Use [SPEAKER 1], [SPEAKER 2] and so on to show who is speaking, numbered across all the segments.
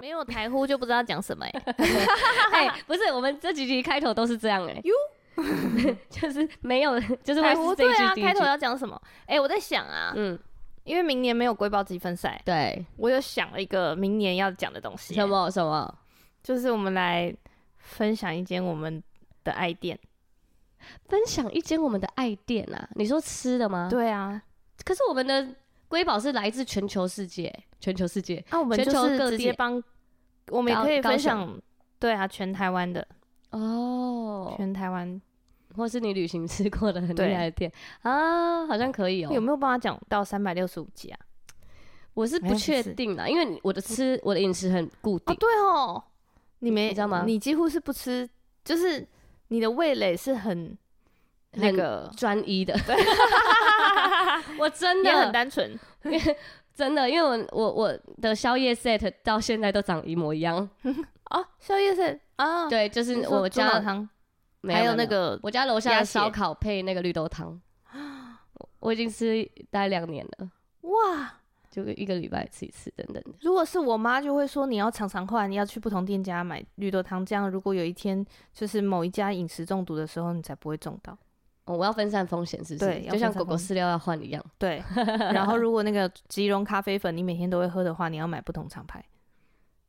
[SPEAKER 1] 没有台呼就不知道讲
[SPEAKER 2] 欸
[SPEAKER 1] 什么哎、
[SPEAKER 2] 哎、不是，我们这几集开头都是这样哎、就是没有， 就是会
[SPEAKER 1] 台呼
[SPEAKER 2] 是这
[SPEAKER 1] 对
[SPEAKER 2] 一句
[SPEAKER 1] 啊，
[SPEAKER 2] 第一
[SPEAKER 1] 开
[SPEAKER 2] 句
[SPEAKER 1] 头。要讲什么？哎、我在想啊，
[SPEAKER 2] 嗯，
[SPEAKER 1] 因为明年没有瑰宝积分赛，
[SPEAKER 2] 对，
[SPEAKER 1] 我有想了一个明年要讲的东西、
[SPEAKER 2] 什？么什么？
[SPEAKER 1] 就是我们来分享一间我们的爱店。
[SPEAKER 2] 分享一间我们的爱店啊！你说吃的吗？。
[SPEAKER 1] 对啊，
[SPEAKER 2] 可是我们的瑰宝是来自全球世界，全球世界
[SPEAKER 1] 啊那、我们
[SPEAKER 2] 全
[SPEAKER 1] 就
[SPEAKER 2] 球
[SPEAKER 1] 是
[SPEAKER 2] 各
[SPEAKER 1] 直接
[SPEAKER 2] 地
[SPEAKER 1] 帮，我们也
[SPEAKER 2] 高
[SPEAKER 1] 可以
[SPEAKER 2] 高
[SPEAKER 1] 分
[SPEAKER 2] 雄
[SPEAKER 1] 享，对啊，全台湾的，
[SPEAKER 2] 哦，
[SPEAKER 1] 全台湾
[SPEAKER 2] 或是你旅行吃过的很
[SPEAKER 1] 对
[SPEAKER 2] 厉害的店啊，好像可以哦、
[SPEAKER 1] 有没有办法讲到三百六十五集啊？
[SPEAKER 2] 我是
[SPEAKER 1] 没
[SPEAKER 2] 不
[SPEAKER 1] 有
[SPEAKER 2] 确
[SPEAKER 1] 是
[SPEAKER 2] 定啦，因为我的
[SPEAKER 1] 嗯
[SPEAKER 2] 吃我的饮食很固
[SPEAKER 1] 哦，
[SPEAKER 2] 定，
[SPEAKER 1] 对哦，你没
[SPEAKER 2] 你知道吗
[SPEAKER 1] 你几乎是不吃，就是你的味蕾是很那
[SPEAKER 2] 很
[SPEAKER 1] 个，
[SPEAKER 2] 专一 的。我真
[SPEAKER 1] 也很
[SPEAKER 2] 的
[SPEAKER 1] 单纯，
[SPEAKER 2] 真的，因为我我我的宵夜 set 到现在都长一模一样。
[SPEAKER 1] 哦，宵夜是 啊，
[SPEAKER 2] 对，就是
[SPEAKER 1] 你说
[SPEAKER 2] 我
[SPEAKER 1] 猪脑
[SPEAKER 2] 家
[SPEAKER 1] 汤，
[SPEAKER 2] 没
[SPEAKER 1] 还有那
[SPEAKER 2] 没
[SPEAKER 1] 个
[SPEAKER 2] 我家楼下
[SPEAKER 1] 鸭
[SPEAKER 2] 的
[SPEAKER 1] 血
[SPEAKER 2] 烧烤配那个绿豆 汤，我我已经吃大概两年了，
[SPEAKER 1] 哇，
[SPEAKER 2] 就一个礼拜吃一次等等的。
[SPEAKER 1] 如果是我妈就会说你要常常换，你要去不同店家买绿豆汤，这样如果有一天就是某一家饮食中毒的时候，你才不会中到。
[SPEAKER 2] 哦，我要分散风险，是不是
[SPEAKER 1] 对？要
[SPEAKER 2] 就像
[SPEAKER 1] 分散
[SPEAKER 2] 狗狗
[SPEAKER 1] 风险
[SPEAKER 2] 饲料要换一样。
[SPEAKER 1] 对，然后如果那个吉隆咖啡粉你每天都会喝的话，你要买不同厂牌。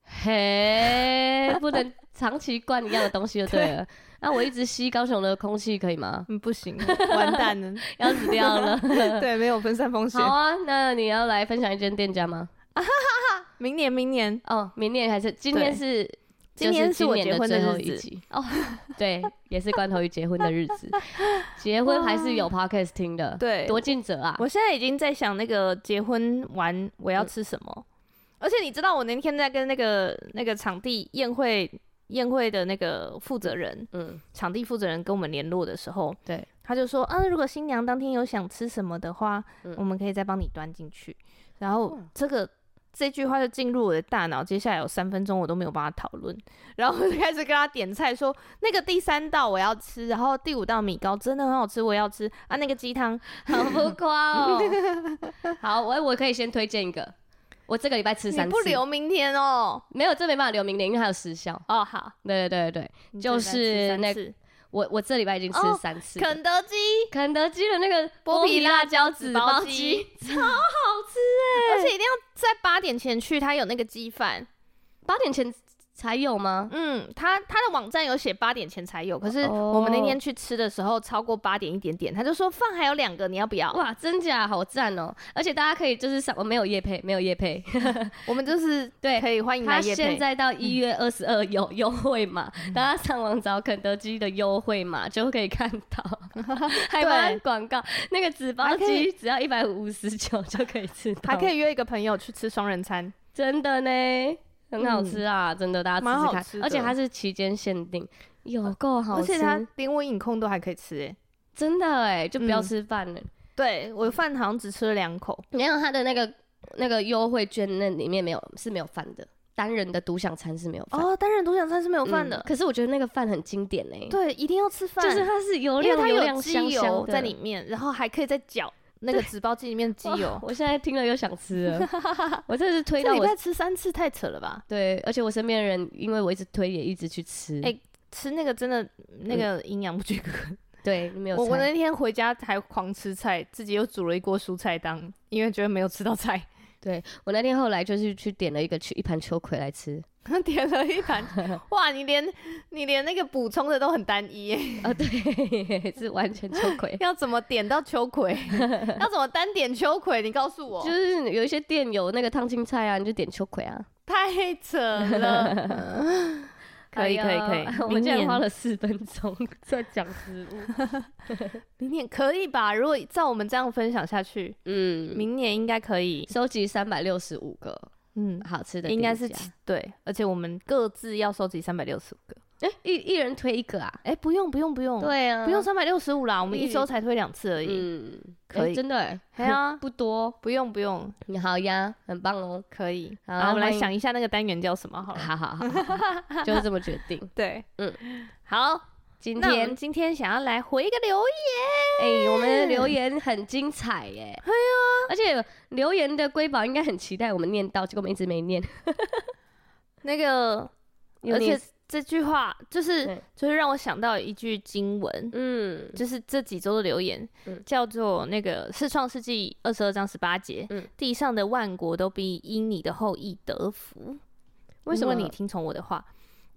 [SPEAKER 2] 嘿，不 能长期灌一样的东西就对了。那、我一直吸高雄的空气可以 吗？
[SPEAKER 1] 嗯，不行，完蛋了。
[SPEAKER 2] 要死掉了。
[SPEAKER 1] 对，没有分散风险
[SPEAKER 2] 好。啊，那你要来分享一间店家吗？
[SPEAKER 1] 明年，明年，
[SPEAKER 2] 哦，明年还是今天是？
[SPEAKER 1] 今
[SPEAKER 2] 就
[SPEAKER 1] 天
[SPEAKER 2] 是
[SPEAKER 1] 是我
[SPEAKER 2] 今
[SPEAKER 1] 结
[SPEAKER 2] 年
[SPEAKER 1] 婚
[SPEAKER 2] 最后
[SPEAKER 1] 日
[SPEAKER 2] 一
[SPEAKER 1] 子。
[SPEAKER 2] 集哦， 对，也是关头鱼结婚的日 子，结婚还是有 podcast 听的，
[SPEAKER 1] 对，
[SPEAKER 2] 多尽责啊！嗯
[SPEAKER 1] 我现在已经在想那个结婚完我要吃什么。而且你知道，我那天在跟那个那个场地宴会宴会的那个负责人，
[SPEAKER 2] 嗯，
[SPEAKER 1] 场地负责人跟我们联络的时候，
[SPEAKER 2] 对，
[SPEAKER 1] 他就说，嗯，如果新娘当天有想吃什么的话，
[SPEAKER 2] 嗯
[SPEAKER 1] 我们可以再帮你端进去。然后
[SPEAKER 2] 嗯
[SPEAKER 1] 这个这句话就进入我的大脑，接下来有三分钟我都没有帮他讨论， 然后我就开始跟他点菜说，那个第三道我要吃，然后第五道米糕真的很好吃，我要吃啊，那个鸡汤
[SPEAKER 2] 好浮夸 哦。好，我我可以先推荐一个，我这个礼拜吃
[SPEAKER 1] 你
[SPEAKER 2] 三次，
[SPEAKER 1] 不留明天哦。
[SPEAKER 2] 没有，这没办法留明年，因为还有时效。
[SPEAKER 1] 哦，好，
[SPEAKER 2] 对对对对，
[SPEAKER 1] 你
[SPEAKER 2] 就
[SPEAKER 1] 这礼拜吃
[SPEAKER 2] 是
[SPEAKER 1] 三
[SPEAKER 2] 那
[SPEAKER 1] 次
[SPEAKER 2] 我我这礼拜已经吃
[SPEAKER 1] 哦
[SPEAKER 2] 三次了，
[SPEAKER 1] 肯德基，
[SPEAKER 2] 肯德基的那个剥皮辣椒纸包鸡，超好吃欸
[SPEAKER 1] 而且一定要在八点前去，他有那个鸡饭。
[SPEAKER 2] 八点前才有吗？
[SPEAKER 1] 嗯，他他的网站有写八点前才有，可是
[SPEAKER 2] 哦
[SPEAKER 1] 我们那天去吃的时候超过八点一点点，他就说饭还有两个，你要不要？
[SPEAKER 2] 哇，真假好赞哦！而且大家可以就是上，我没有夜配，没有夜配，
[SPEAKER 1] 我们就是
[SPEAKER 2] 对
[SPEAKER 1] 可以欢迎来
[SPEAKER 2] 他
[SPEAKER 1] 夜
[SPEAKER 2] 现
[SPEAKER 1] 配。嗯
[SPEAKER 2] 在到一月二十二有 优惠码，大家上网找肯德基的优惠码就可以看到， 还蛮广告。那个纸包
[SPEAKER 1] 还可以
[SPEAKER 2] 鸡只要一百五十九就可以吃到，
[SPEAKER 1] 还可
[SPEAKER 2] 以
[SPEAKER 1] 以约一个朋友去吃双人餐，
[SPEAKER 2] 真的呢，很好吃啊！真的，大家
[SPEAKER 1] 嗯蛮
[SPEAKER 2] 试
[SPEAKER 1] 好
[SPEAKER 2] 试
[SPEAKER 1] 吃
[SPEAKER 2] 看，
[SPEAKER 1] 的
[SPEAKER 2] 而且它是期间限定，有够好
[SPEAKER 1] 而
[SPEAKER 2] 吃，
[SPEAKER 1] 且他连我饮控都还可以吃诶、
[SPEAKER 2] 真的哎，就不要
[SPEAKER 1] 嗯
[SPEAKER 2] 吃饭了。
[SPEAKER 1] 对我饭好像只吃了两口，
[SPEAKER 2] 没有他的那个那个优惠券，那里面没有是没有饭的，单人的独享餐是没有饭。
[SPEAKER 1] 哦，单人独享餐是没有
[SPEAKER 2] 有
[SPEAKER 1] 饭的、
[SPEAKER 2] 可是我觉得那个饭很经典呢、
[SPEAKER 1] 对，一定要吃饭，
[SPEAKER 2] 就是它是油
[SPEAKER 1] 因为
[SPEAKER 2] 亮
[SPEAKER 1] 它
[SPEAKER 2] 油
[SPEAKER 1] 有
[SPEAKER 2] 亮
[SPEAKER 1] 鸡
[SPEAKER 2] 香
[SPEAKER 1] 油
[SPEAKER 2] 香
[SPEAKER 1] 在里面，然后还可以再 搅那个纸包鸡里面的鸡
[SPEAKER 2] 哇
[SPEAKER 1] 油。
[SPEAKER 2] 我现在听了又想吃了， 我真的是推
[SPEAKER 1] 这
[SPEAKER 2] 到
[SPEAKER 1] 礼
[SPEAKER 2] 我
[SPEAKER 1] 拜吃三次太扯了吧？
[SPEAKER 2] 对，而且我身边的人因为我一直推也一直去吃，
[SPEAKER 1] 哎吃那个真的那个营养不均衡。
[SPEAKER 2] 对，嗯没有
[SPEAKER 1] 我我
[SPEAKER 2] 菜
[SPEAKER 1] 那天回家还狂吃菜，自己又煮了一锅蔬菜汤，因为觉得没有吃到菜，
[SPEAKER 2] 对我那天后来就是去点了一个去一盘秋葵来 吃，
[SPEAKER 1] 点了 一盘。哇，你连你连那个补充的都很单一耶，。
[SPEAKER 2] 啊对， 是完全秋葵
[SPEAKER 1] 要怎么点到秋葵？ 要怎么单点秋葵？你告诉我
[SPEAKER 2] 就，是有一些店有那个烫青菜啊，你就点秋葵啊。
[SPEAKER 1] 太扯 了。可以可以可以
[SPEAKER 2] 哎 呦我
[SPEAKER 1] 明
[SPEAKER 2] 们竟然
[SPEAKER 1] 年
[SPEAKER 2] 花了四分钟 在讲食物。
[SPEAKER 1] 明年可以吧？如果照我们这样分享下去，
[SPEAKER 2] 嗯，
[SPEAKER 1] 明年应该可以。
[SPEAKER 2] 收集三百六十五个
[SPEAKER 1] 嗯，
[SPEAKER 2] 好吃的
[SPEAKER 1] 应该是
[SPEAKER 2] 定价
[SPEAKER 1] 对，而且我们各自要收集三百六十五个。
[SPEAKER 2] 哎、一一人推一个啊？
[SPEAKER 1] 哎、不用不用不用，
[SPEAKER 2] 对啊，
[SPEAKER 1] 不用三百六十五啦，我们一周才推两次而已。
[SPEAKER 2] 嗯，
[SPEAKER 1] 可
[SPEAKER 2] 可
[SPEAKER 1] 以
[SPEAKER 2] 以，真的欸，
[SPEAKER 1] 哎呀，
[SPEAKER 2] 不多，
[SPEAKER 1] 不用不用，
[SPEAKER 2] 你好呀，很棒哦。
[SPEAKER 1] 可以。
[SPEAKER 2] 好
[SPEAKER 1] 然后我们来
[SPEAKER 2] 欢迎
[SPEAKER 1] 想一下那个单元叫什么好了。
[SPEAKER 2] 好好好好， 好就是这么决定。
[SPEAKER 1] 对，
[SPEAKER 2] 嗯，
[SPEAKER 1] 好，
[SPEAKER 2] 今
[SPEAKER 1] 那我
[SPEAKER 2] 天
[SPEAKER 1] 们今天想要来回一个留言，
[SPEAKER 2] 哎、我们的留言很精彩 耶！哎呀，而且留言的瑰宝应该很期待我们念到，结果我们一直没念。
[SPEAKER 1] 那个，而且
[SPEAKER 2] Eunice，
[SPEAKER 1] 这句话就是
[SPEAKER 2] 对
[SPEAKER 1] 就是让我想到一句经文，
[SPEAKER 2] 嗯，
[SPEAKER 1] 就是这几周的留言，
[SPEAKER 2] 嗯
[SPEAKER 1] 叫做那个《是创世纪》二十二章十八节，
[SPEAKER 2] 嗯
[SPEAKER 1] 地上的万国都必因你的后裔得福。
[SPEAKER 2] 为什
[SPEAKER 1] 如果
[SPEAKER 2] 么
[SPEAKER 1] 你听从我的话？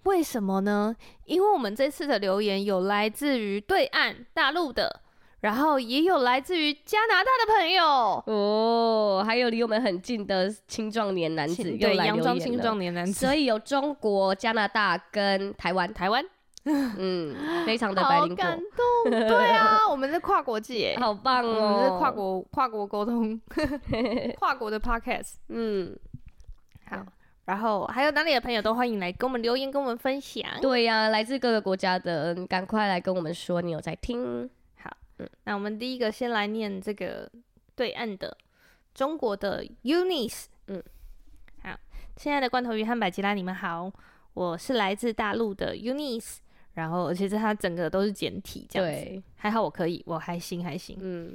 [SPEAKER 1] 为什么呢？因为我们这次的留言有来自于对岸大陆的，然后也有来自于加拿大的朋友，
[SPEAKER 2] 哦，还有离我们很近的青壮年男子
[SPEAKER 1] 请
[SPEAKER 2] 又
[SPEAKER 1] 对
[SPEAKER 2] 来
[SPEAKER 1] 洋
[SPEAKER 2] 留
[SPEAKER 1] 装
[SPEAKER 2] 言
[SPEAKER 1] 青
[SPEAKER 2] 了
[SPEAKER 1] 壮年男子，
[SPEAKER 2] 所以有中国、加拿大跟台湾，
[SPEAKER 1] 台湾，
[SPEAKER 2] 嗯，非常的百
[SPEAKER 1] 好
[SPEAKER 2] 灵
[SPEAKER 1] 感
[SPEAKER 2] 果，
[SPEAKER 1] 动，对啊，我们是跨国际 耶，
[SPEAKER 2] 好棒
[SPEAKER 1] 我
[SPEAKER 2] 哦
[SPEAKER 1] 们，嗯是跨，国跨国沟 通，跨国的 podcast。
[SPEAKER 2] 嗯，
[SPEAKER 1] 好，然后还有哪里的朋友都欢迎来跟我们留言，跟我们分享。
[SPEAKER 2] 对呀、来自各个国家的，嗯赶快来跟我们说你有在听，
[SPEAKER 1] 那我们第一个先来念这个对岸的中国的 Unis，
[SPEAKER 2] 嗯，
[SPEAKER 1] 好，亲爱的罐头鱼和百吉拉，你们好，我是来自大陆的 Unis，然后而且这它整个都是简体这样子，
[SPEAKER 2] 对，
[SPEAKER 1] 还好我可以，我还行还行。
[SPEAKER 2] 嗯，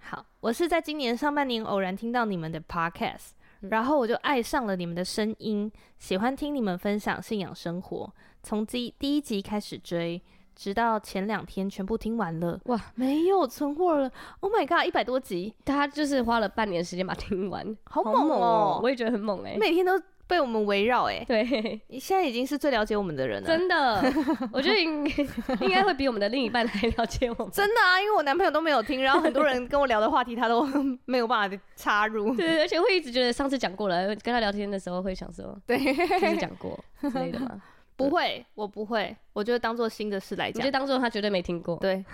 [SPEAKER 1] 好，我是在今年上半年偶然听到你们的 podcast，
[SPEAKER 2] 嗯
[SPEAKER 1] 然后我就爱上了你们的声音，喜欢听你们分享信仰生活，从第第一集开始追，直到前两天全部听完了。
[SPEAKER 2] 哇，
[SPEAKER 1] 没有存货了！Oh my god，一百多集，
[SPEAKER 2] 他就是花了半年时间把它听完，
[SPEAKER 1] 好
[SPEAKER 2] 好
[SPEAKER 1] 猛哦！
[SPEAKER 2] 我也觉得很猛哎、
[SPEAKER 1] 每天都被我们围绕哎，
[SPEAKER 2] 对，
[SPEAKER 1] 你现在已经是最了解我们的人了。
[SPEAKER 2] 真的，我觉得应 应该会比我们的另一半还了解我们。
[SPEAKER 1] 真的啊，因为我男朋友都没有听，然后很多人跟我聊的话题他都没有办法插入。
[SPEAKER 2] 对，而且会一直觉得上次讲过了，呃跟他聊天的时候会想说，
[SPEAKER 1] 对，
[SPEAKER 2] 就是讲过之类的嘛，
[SPEAKER 1] 不 会，我不会，我就当做新的事来
[SPEAKER 2] 你
[SPEAKER 1] 讲
[SPEAKER 2] 就。当做他绝对没听过。啊
[SPEAKER 1] 对，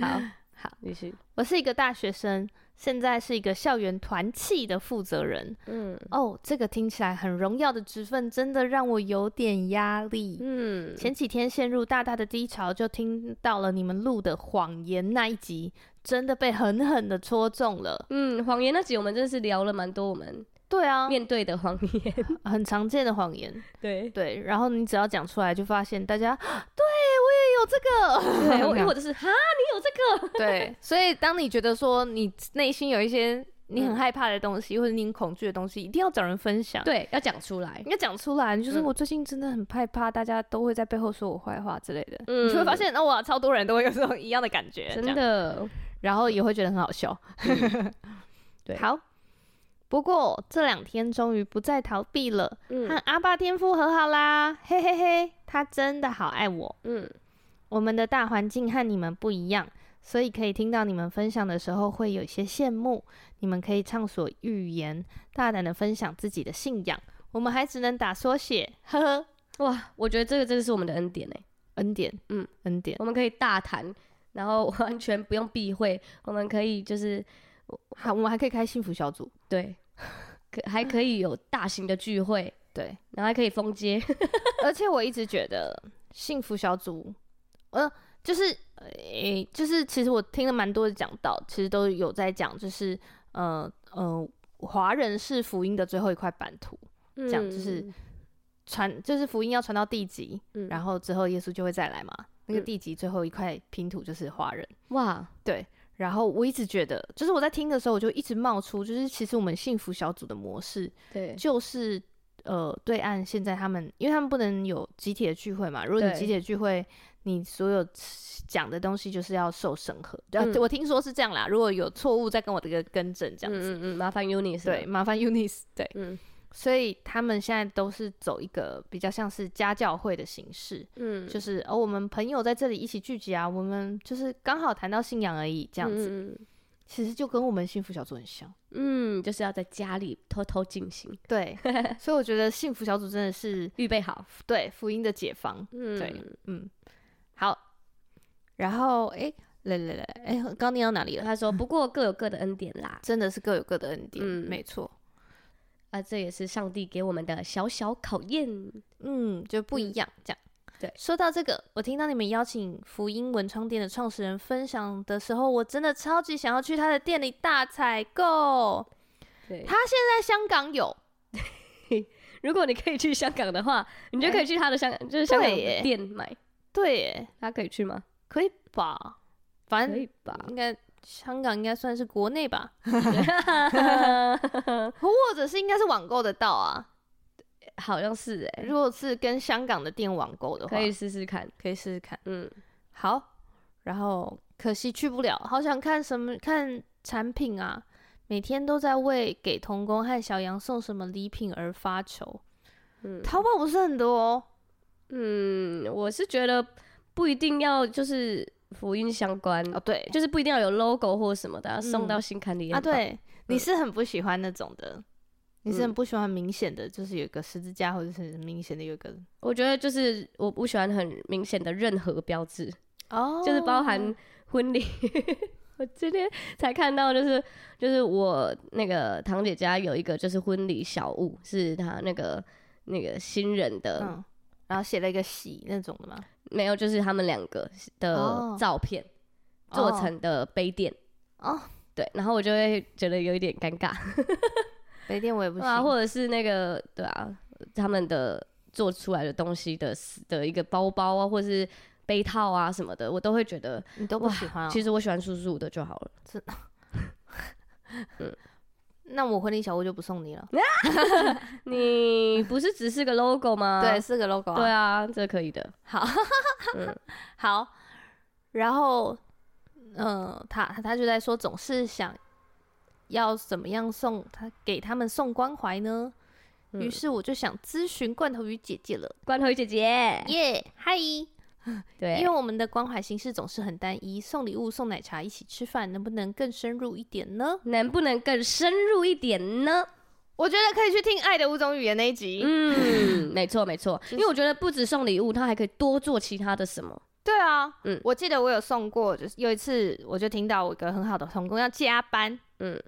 [SPEAKER 2] 好，好，继续。
[SPEAKER 1] 我是一个大学生，现在是一个校园团契的负责人。
[SPEAKER 2] 嗯
[SPEAKER 1] 哦，这个听起来很荣耀的职分，真的让我有点压力。
[SPEAKER 2] 嗯，
[SPEAKER 1] 前几天陷入大大的低潮，就听到了你们录的谎言那一集，真的被狠狠的戳中了。
[SPEAKER 2] 嗯，谎言那集我们真的是聊了蛮多我们
[SPEAKER 1] 对啊，
[SPEAKER 2] 面对的谎言。
[SPEAKER 1] 很常见的谎言。
[SPEAKER 2] 对，
[SPEAKER 1] 对，然后你只要讲出来，就发现大 家对我也有这个。
[SPEAKER 2] 对，我因为 我就是哈，你有这个，
[SPEAKER 1] 对，所以当你觉得说你内心有一些你很害怕的东西，或者你很恐惧的东西，一定要找人分享。，
[SPEAKER 2] 对，要讲出来
[SPEAKER 1] 应。该讲出来。你就是
[SPEAKER 2] 嗯
[SPEAKER 1] 我最近真的很害怕，大家都会在背后说我坏话之类的。
[SPEAKER 2] 嗯
[SPEAKER 1] 你就会发现，哦哇，超多人都会有这种一样的感觉，这
[SPEAKER 2] 真
[SPEAKER 1] 样，
[SPEAKER 2] 的，
[SPEAKER 1] 然后也会觉得很好笑。
[SPEAKER 2] 对
[SPEAKER 1] 好。不过这两天终于不再逃避了，和
[SPEAKER 2] 嗯
[SPEAKER 1] 阿爸天父和好啦，嘿嘿嘿，他真的好爱我。
[SPEAKER 2] 嗯，
[SPEAKER 1] 我们的大环境和你们不一样，所以可以听到你们分享的时候会有些羡慕。你们可以畅所欲言，大胆的分享自己的信仰。我们还只能打缩写，呵呵。
[SPEAKER 2] 哇，我觉得这个真的是我们的恩典哎。
[SPEAKER 1] 恩典，
[SPEAKER 2] 嗯，
[SPEAKER 1] 恩典，
[SPEAKER 2] 我们可以大谈，然后完全不用避讳，我们可以就是
[SPEAKER 1] 好，我们还可以开幸福小组，
[SPEAKER 2] 对，可还可以有大型的聚会，
[SPEAKER 1] 对。
[SPEAKER 2] 然后还可以封街，
[SPEAKER 1] 而且我一直觉得幸福小组，呃，就是，诶、就是，其实我听了蛮多的讲道，其实都有在讲，就是，呃，呃，华人是福音的最后一块版图，
[SPEAKER 2] 这
[SPEAKER 1] 样就是传就是福音要传到地极，
[SPEAKER 2] 嗯
[SPEAKER 1] 然后之后耶稣就会再来嘛。那个
[SPEAKER 2] 嗯
[SPEAKER 1] 地极最后一块拼图就是华人。
[SPEAKER 2] 哇，
[SPEAKER 1] 然后我一直觉得，就是我在听的时候，我就一直冒出，就是其实我们幸福小组的模式
[SPEAKER 2] 对，
[SPEAKER 1] 就是。呃，对岸现在他们，因为他们不能有集体的聚会嘛。如果你
[SPEAKER 2] 对
[SPEAKER 1] 集体的聚会，你所有讲的东西就是要受审核。呃
[SPEAKER 2] 嗯
[SPEAKER 1] 我听说是这样啦，如果有错误，再跟我这个更正这样子。
[SPEAKER 2] 嗯嗯嗯，麻烦 Uni 是吧
[SPEAKER 1] 对，，麻烦 Unis 对，
[SPEAKER 2] 嗯
[SPEAKER 1] 所以他们现在都是走一个比较像是家教会的形式，
[SPEAKER 2] 嗯，
[SPEAKER 1] 就是是哦，我们朋友在这里一起聚集啊，我们就是刚好谈到信仰而已，这
[SPEAKER 2] 这
[SPEAKER 1] 样子，
[SPEAKER 2] 子，
[SPEAKER 1] 其实就跟我们幸福小组 很像。
[SPEAKER 2] 嗯，嗯就是要在家里偷偷进行，
[SPEAKER 1] 对，所以我觉得幸福小组真的是
[SPEAKER 2] 预备好，
[SPEAKER 1] 对福音的解放。
[SPEAKER 2] 嗯，
[SPEAKER 1] 嗯，好，然后诶，来来来，哎，刚 刚念到哪里了？
[SPEAKER 2] 他说不过各有各的恩典啦，
[SPEAKER 1] 真的是各有各的恩典，
[SPEAKER 2] 嗯
[SPEAKER 1] 没错。
[SPEAKER 2] 啊，这也是上帝给我们的小小考验。
[SPEAKER 1] 嗯，就不一样这样。
[SPEAKER 2] 对
[SPEAKER 1] 说到这个，我听到你们邀请福音文创店的创始人分享的时候，我真的超级想要去他的店里大采购。
[SPEAKER 2] 对，
[SPEAKER 1] 他现在香港有，
[SPEAKER 2] 如果你可以去香港的话，你就可以去他的香港，就是香港
[SPEAKER 1] 哎对耶
[SPEAKER 2] 的店买。
[SPEAKER 1] 对耶，
[SPEAKER 2] 他可以去吗？
[SPEAKER 1] 可以吧？反
[SPEAKER 2] 可
[SPEAKER 1] 正
[SPEAKER 2] 以 吧。
[SPEAKER 1] 应该香港应该算是国内吧，或者是应该是网购得到啊。
[SPEAKER 2] 好像是哎、
[SPEAKER 1] 如果是跟香港的店网购的话，
[SPEAKER 2] 可以试试看。
[SPEAKER 1] 可以试试看。
[SPEAKER 2] 嗯，
[SPEAKER 1] 好，然后可惜去不了，好想看什么看产品啊！每天都在为给童工和小杨送什么礼品而发愁。
[SPEAKER 2] 嗯
[SPEAKER 1] 淘宝不是很多哦，
[SPEAKER 2] 嗯，我是觉得不一定要就是福音相关，
[SPEAKER 1] 哦对
[SPEAKER 2] 就是不一定要有 logo 或什么的啊、送
[SPEAKER 1] 嗯
[SPEAKER 2] 到心坎里也
[SPEAKER 1] 啊
[SPEAKER 2] 很棒。
[SPEAKER 1] 对，你是很不喜欢那种的，你是很
[SPEAKER 2] 嗯
[SPEAKER 1] 不喜欢明显的，就是有一个十字架或者是很明显的有一个
[SPEAKER 2] 我觉得就是我不喜欢很明显的任何标志，
[SPEAKER 1] 哦
[SPEAKER 2] 就是包含 婚礼。我今天才看到，就是就是我那个堂姐家有一个就是婚礼小物，是她那个那个新人的，
[SPEAKER 1] 嗯，然后写了一个喜那种的嘛，
[SPEAKER 2] 没有就是他们两个
[SPEAKER 1] 哦
[SPEAKER 2] 的照片、做成的杯垫，
[SPEAKER 1] 哦，
[SPEAKER 2] 对，然后我就会觉得有一点尴尬，
[SPEAKER 1] 北电我也不
[SPEAKER 2] 对
[SPEAKER 1] 行，
[SPEAKER 2] 啊，或者是那个对啊，他们的做出来的东西的的一个包包啊，或是杯套啊什么的，我都会觉得，
[SPEAKER 1] 你都不喜欢、哦。
[SPEAKER 2] 其实我喜欢素素的就好了。
[SPEAKER 1] 那我婚礼小物就不送你了，
[SPEAKER 2] 你不是只是个 logo 吗？
[SPEAKER 1] 对，四个 logo 啊，
[SPEAKER 2] 对啊，这可以的。
[SPEAKER 1] 好，
[SPEAKER 2] 嗯
[SPEAKER 1] 好，然后，嗯、他他就在说，总是想要怎么样送他给他们送关怀呢？于
[SPEAKER 2] 嗯
[SPEAKER 1] 是我就想咨询罐头鱼姐姐了，
[SPEAKER 2] 罐头鱼姐姐，
[SPEAKER 1] 耶、嗨！因为
[SPEAKER 2] 对，
[SPEAKER 1] 我们的关怀形式总是很单一，送礼物、送奶茶、一起吃饭，能不能更深入一点呢？
[SPEAKER 2] 能不能更深入一点呢？
[SPEAKER 1] 我觉得可以去听《爱的五种语言》那一 集。
[SPEAKER 2] 嗯，没错没错，
[SPEAKER 1] 是
[SPEAKER 2] 因为我觉得不止送礼物，他还可以多做其他的什么。
[SPEAKER 1] 对啊，
[SPEAKER 2] 嗯
[SPEAKER 1] 我记得我有送过，就是有一次我就听到我一个很好的童工要加班，
[SPEAKER 2] 嗯，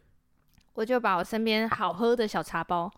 [SPEAKER 1] 我就把我身边好喝的小茶包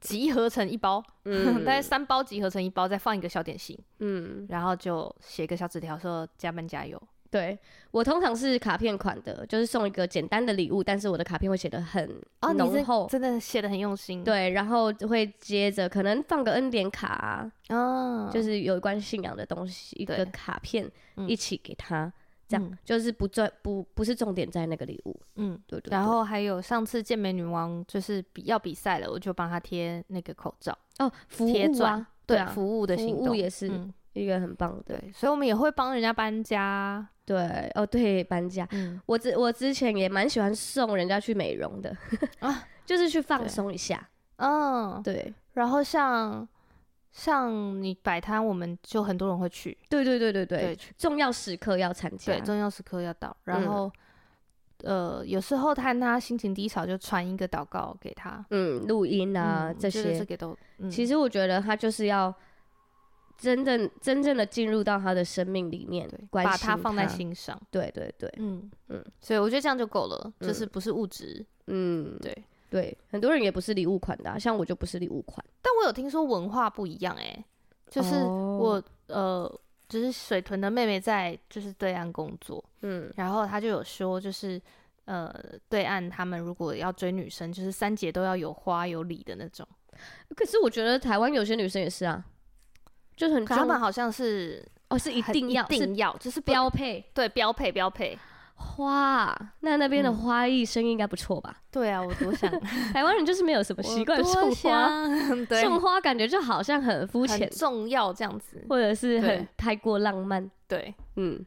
[SPEAKER 1] 集合成一包，
[SPEAKER 2] 嗯
[SPEAKER 1] 大概三包集合成一包，再放一个小点心，
[SPEAKER 2] 嗯，
[SPEAKER 1] 然后就写个小纸条说加班加油。
[SPEAKER 2] 对我通常是卡片款的，就是送一个简单的礼物，但是我的卡片会写的很
[SPEAKER 1] 哦你是
[SPEAKER 2] 浓厚。
[SPEAKER 1] 真的写的很用心，，
[SPEAKER 2] 对，然后会接着可能放个恩典卡啊、
[SPEAKER 1] 嗯，
[SPEAKER 2] 就是是有关信仰的东西，一
[SPEAKER 1] 对
[SPEAKER 2] 个卡片
[SPEAKER 1] 嗯
[SPEAKER 2] 一起给他，这样、
[SPEAKER 1] 嗯
[SPEAKER 2] 就是不重不不是重点在那个礼物，
[SPEAKER 1] 嗯。
[SPEAKER 2] 对对对
[SPEAKER 1] 然后还有上次健美女王就是比要比赛了，我就帮她贴那个口罩，
[SPEAKER 2] 哦，服
[SPEAKER 1] 贴
[SPEAKER 2] 务
[SPEAKER 1] 钻
[SPEAKER 2] 啊，，
[SPEAKER 1] 对
[SPEAKER 2] 啊，
[SPEAKER 1] 服务的
[SPEAKER 2] 服
[SPEAKER 1] 行动
[SPEAKER 2] 务也是
[SPEAKER 1] 嗯
[SPEAKER 2] 一个很棒的，
[SPEAKER 1] 对，所以我们也会帮人家搬家，
[SPEAKER 2] 对哦，对搬家，
[SPEAKER 1] 嗯，
[SPEAKER 2] 我之我之前也蛮喜欢送人家去美容的
[SPEAKER 1] 啊
[SPEAKER 2] 就是去放
[SPEAKER 1] 对
[SPEAKER 2] 松一下，
[SPEAKER 1] 嗯，
[SPEAKER 2] 对
[SPEAKER 1] 然后像像你摆摊，我们就很多人会去，
[SPEAKER 2] 对对对对对，
[SPEAKER 1] 对去
[SPEAKER 2] 重要时刻要参加，
[SPEAKER 1] 对，重要时刻要到，然
[SPEAKER 2] 嗯
[SPEAKER 1] 后、呃，有时候看他心情低潮，就传一个祷告给他
[SPEAKER 2] 嗯，录音啊、
[SPEAKER 1] 嗯
[SPEAKER 2] 这
[SPEAKER 1] 觉得
[SPEAKER 2] 些
[SPEAKER 1] 这，个都、嗯、
[SPEAKER 2] 其实我觉得他就是要真正真正的进入到他的生命里面
[SPEAKER 1] 对，，
[SPEAKER 2] 关
[SPEAKER 1] 把
[SPEAKER 2] 心
[SPEAKER 1] 它放在，心上，
[SPEAKER 2] 对对对，
[SPEAKER 1] 嗯嗯
[SPEAKER 2] 嗯，
[SPEAKER 1] 所以我觉得这样就够了，
[SPEAKER 2] 嗯
[SPEAKER 1] 就是不是物质，
[SPEAKER 2] 嗯，
[SPEAKER 1] 对。
[SPEAKER 2] 对，很多人也不是礼物款的啊、像我就不是礼物款，
[SPEAKER 1] 但我有听说文化不一样、欸，就是
[SPEAKER 2] 哦
[SPEAKER 1] 我、呃，就是水豚的妹妹在就是对岸工作，
[SPEAKER 2] 嗯
[SPEAKER 1] 然后他就有说，就是呃，对岸他们如果要追女生，就是三节都要有花有礼的那种。
[SPEAKER 2] 可是我觉得台湾有些女生也是啊，就是很
[SPEAKER 1] 可他
[SPEAKER 2] 重
[SPEAKER 1] 们好像是
[SPEAKER 2] 哦，是一
[SPEAKER 1] 很
[SPEAKER 2] 定要
[SPEAKER 1] 一定
[SPEAKER 2] 是
[SPEAKER 1] 要，就是不
[SPEAKER 2] 标配
[SPEAKER 1] 对标配标配。
[SPEAKER 2] 花，那那边的
[SPEAKER 1] 嗯
[SPEAKER 2] 花艺生意应该不错吧？
[SPEAKER 1] 对 啊，我多想
[SPEAKER 2] 台湾人就是没有什么习惯送花，，
[SPEAKER 1] 我多想对，
[SPEAKER 2] 送花感觉就好像很肤
[SPEAKER 1] 很
[SPEAKER 2] 浅，
[SPEAKER 1] 重要这样子。
[SPEAKER 2] 或者是
[SPEAKER 1] 对
[SPEAKER 2] 很太过浪漫，
[SPEAKER 1] 对，
[SPEAKER 2] 嗯，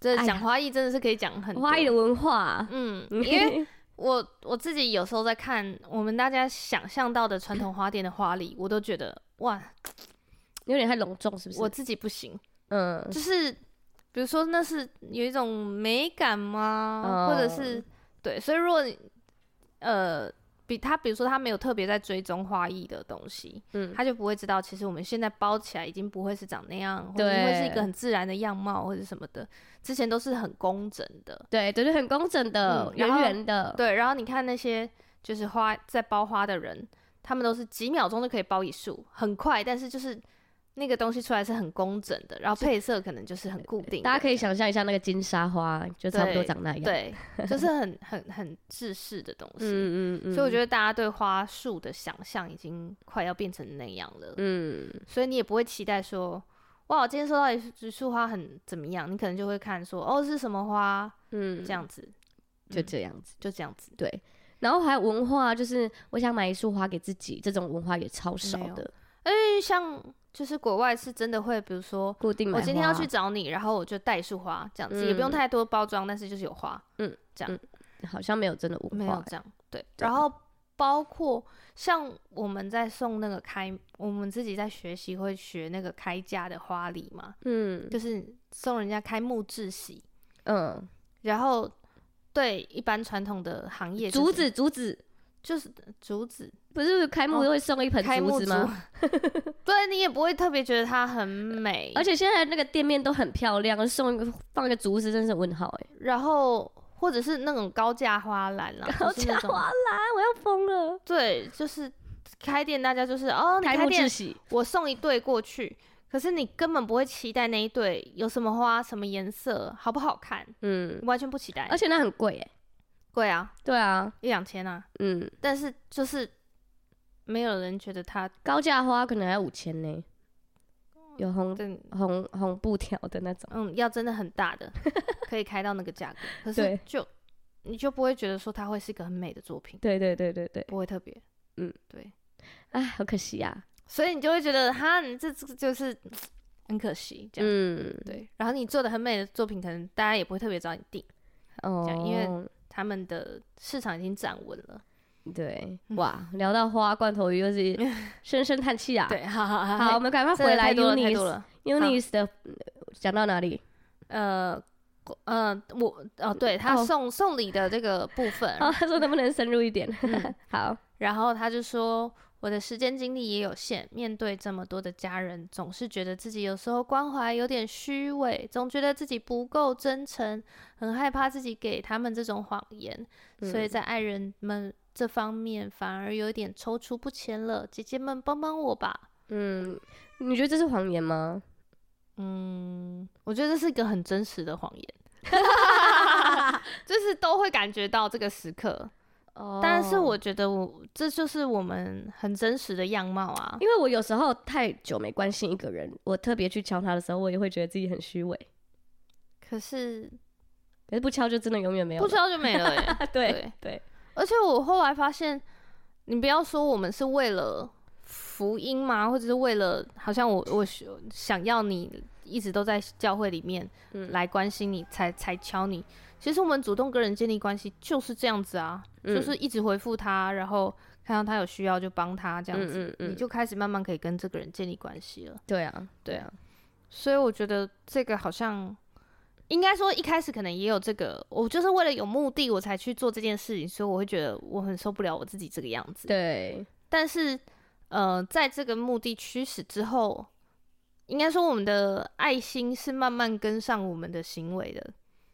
[SPEAKER 1] 这
[SPEAKER 2] 哎呀
[SPEAKER 1] 讲花艺真的是可以讲很多
[SPEAKER 2] 花艺的。文化啊、
[SPEAKER 1] 嗯， 因为我我自己有时候在看我们大家想象到的传统花店的花礼，我都觉得哇，
[SPEAKER 2] 有点太隆重，是不是？
[SPEAKER 1] 我自己不行。
[SPEAKER 2] 嗯，
[SPEAKER 1] 就是比如说那是有一种美感吗？
[SPEAKER 2] 哦
[SPEAKER 1] 或者是对，所以如果你呃，比他比如说他没有特别在追踪花艺的东西，
[SPEAKER 2] 嗯
[SPEAKER 1] 他就不会知道其实我们现在包起来已经不会是长那样，或者是会是一个
[SPEAKER 2] 对
[SPEAKER 1] 很自然的样貌或者什么的，之前都是很工整的。
[SPEAKER 2] 对对对，很工整的
[SPEAKER 1] 嗯，
[SPEAKER 2] 圆
[SPEAKER 1] 然后
[SPEAKER 2] 圆的，
[SPEAKER 1] 对，然后你看那些就是花在包花的人，他们都是几秒钟就可以包一束，很快，但是就是那个东西出来是很工整的，然后配色可能就是很固定的，
[SPEAKER 2] 大家可以想象一下那个金沙花，就差不多长那样。，
[SPEAKER 1] 对，就是很很很制式的东西。
[SPEAKER 2] 嗯嗯嗯，
[SPEAKER 1] 所以我觉
[SPEAKER 2] 得，
[SPEAKER 1] 得大家对花束的想象已经快要变成那样了，
[SPEAKER 2] 嗯，
[SPEAKER 1] 所以你也不会期待说，哇，我今天收到一一束花很怎么样？你可能就会看说，哦，是什么花？
[SPEAKER 2] 嗯，
[SPEAKER 1] 这样嗯子，
[SPEAKER 2] 就这样子，
[SPEAKER 1] 就这样子。
[SPEAKER 2] 对。然后还有文化，就是我想买一束花给自己，这种文化也超少
[SPEAKER 1] 没有
[SPEAKER 2] 的，
[SPEAKER 1] 因为像就是国外是真的会，比如说
[SPEAKER 2] 固定买
[SPEAKER 1] 我今天要去
[SPEAKER 2] 花，
[SPEAKER 1] 找你，然后我就带一束花，这样子、也不
[SPEAKER 2] 嗯
[SPEAKER 1] 用太多包装，但是就是有花，
[SPEAKER 2] 嗯，
[SPEAKER 1] 这样、
[SPEAKER 2] 好像没有真的文化，
[SPEAKER 1] 没有这样对。
[SPEAKER 2] 对
[SPEAKER 1] 然后包括像我们在送那个开，我们自己在学习会学那个开架的花礼嘛，
[SPEAKER 2] 嗯
[SPEAKER 1] 就是送人家开幕致喜，
[SPEAKER 2] 嗯，
[SPEAKER 1] 然后对一般传统的行业、就是
[SPEAKER 2] 竹子竹子
[SPEAKER 1] 就是竹子，
[SPEAKER 2] 不是开幕都会送一盆
[SPEAKER 1] 开
[SPEAKER 2] 竹
[SPEAKER 1] 幕
[SPEAKER 2] 子吗？？
[SPEAKER 1] 对你也不会特别觉得它很美，
[SPEAKER 2] 而且现在那个店面都很漂亮，送一个放一个竹子真是问号哎、
[SPEAKER 1] 然后或者是那种高价花篮啦，
[SPEAKER 2] 好
[SPEAKER 1] 就是那
[SPEAKER 2] 家
[SPEAKER 1] 种
[SPEAKER 2] 伙啦，啊我要疯了！
[SPEAKER 1] 对，就是开店大家就是哦，你
[SPEAKER 2] 哦开
[SPEAKER 1] 开
[SPEAKER 2] 幕
[SPEAKER 1] 店
[SPEAKER 2] 致喜，
[SPEAKER 1] 我送一对过去，可是你根本不会期待那一对有什么花、什么颜色、好不好看，
[SPEAKER 2] 嗯，
[SPEAKER 1] 完全不期待
[SPEAKER 2] 而。且那很贵哎、
[SPEAKER 1] 贵啊，
[SPEAKER 2] 对啊，
[SPEAKER 1] 一两千啊，
[SPEAKER 2] 嗯，
[SPEAKER 1] 但是就是没有人觉得它
[SPEAKER 2] 高价花可能还要五千呢，有红
[SPEAKER 1] 真
[SPEAKER 2] 红红布条的那种，
[SPEAKER 1] 嗯要真的很大的可以开到那个价格，可
[SPEAKER 2] 对
[SPEAKER 1] 是就你就不会觉得说它会是一个很美的作品，
[SPEAKER 2] 对对对对对，
[SPEAKER 1] 不会特别
[SPEAKER 2] 嗯
[SPEAKER 1] 对，
[SPEAKER 2] 哎，好可惜啊，
[SPEAKER 1] 所以你就会觉得哈，你这这个就是很可惜这样。
[SPEAKER 2] 嗯，
[SPEAKER 1] 对，然后你做的很美的作品，可能大家也不会特别找你订，
[SPEAKER 2] 哦
[SPEAKER 1] 这，样因为他们的市场已经站稳了。
[SPEAKER 2] 对，
[SPEAKER 1] 嗯
[SPEAKER 2] 哇，聊到花罐头鱼又 是深深叹气啊，，
[SPEAKER 1] 对，好好
[SPEAKER 2] 好，我，们赶快
[SPEAKER 1] 真的
[SPEAKER 2] 回来
[SPEAKER 1] 太多了，太多
[SPEAKER 2] Unis
[SPEAKER 1] 了。
[SPEAKER 2] Unis 的呃讲到哪里？
[SPEAKER 1] 呃，国呃，我哦，对他
[SPEAKER 2] 哦
[SPEAKER 1] 送、送礼的这个部分，
[SPEAKER 2] 哦，他说能不能深入一点？
[SPEAKER 1] 嗯
[SPEAKER 2] 好，
[SPEAKER 1] 然后他就说。我的时间精力也有限，面对这么多的家人，总是觉得自己有时候关怀有点虚伪，总觉得自己不够真诚，很害怕自己给他们这种谎言。所以
[SPEAKER 2] 嗯
[SPEAKER 1] 在爱人们这方面反而有点踌躇不前了。姐姐们，帮帮我吧。
[SPEAKER 2] 嗯，你觉得这是谎言吗？
[SPEAKER 1] 嗯，我觉得这是一个很真实的谎言， 就是都会感觉到这个时刻。
[SPEAKER 2] 哦
[SPEAKER 1] 但是我觉得我这就是我们很真实的样貌啊。
[SPEAKER 2] 因为我有时候太久没关心一个人，我特别去敲他的时候，我也会觉得自己很虚伪。
[SPEAKER 1] 可是
[SPEAKER 2] 可是不敲就真的永远没有
[SPEAKER 1] 不知
[SPEAKER 2] 了。
[SPEAKER 1] 道就没了、欸，
[SPEAKER 2] 对
[SPEAKER 1] 对
[SPEAKER 2] 对，
[SPEAKER 1] 而且我后来发现，你不要说我们是为了福音嘛，或者是为了好像我我想要你一直都在教会里面
[SPEAKER 2] 嗯
[SPEAKER 1] 来关心你，才才敲你。其实我们主动跟人建立关系就是这样子啊，就
[SPEAKER 2] 嗯
[SPEAKER 1] 是一直回复他，然后看到他有需要就帮他这样子，
[SPEAKER 2] 嗯嗯嗯
[SPEAKER 1] 你就开始慢慢可以跟这个人建立关系了。
[SPEAKER 2] 对啊，对
[SPEAKER 1] 对
[SPEAKER 2] 啊，
[SPEAKER 1] 所以我觉得这个好像应该说一开始可能也有这个，我就是为了有目的我才去做这件事情，所以我会觉得我很受不了我自己这个样子。，
[SPEAKER 2] 对，
[SPEAKER 1] 但是呃，在这个目的驱使之后，应该说我们的爱心是慢慢跟上我们的行为的，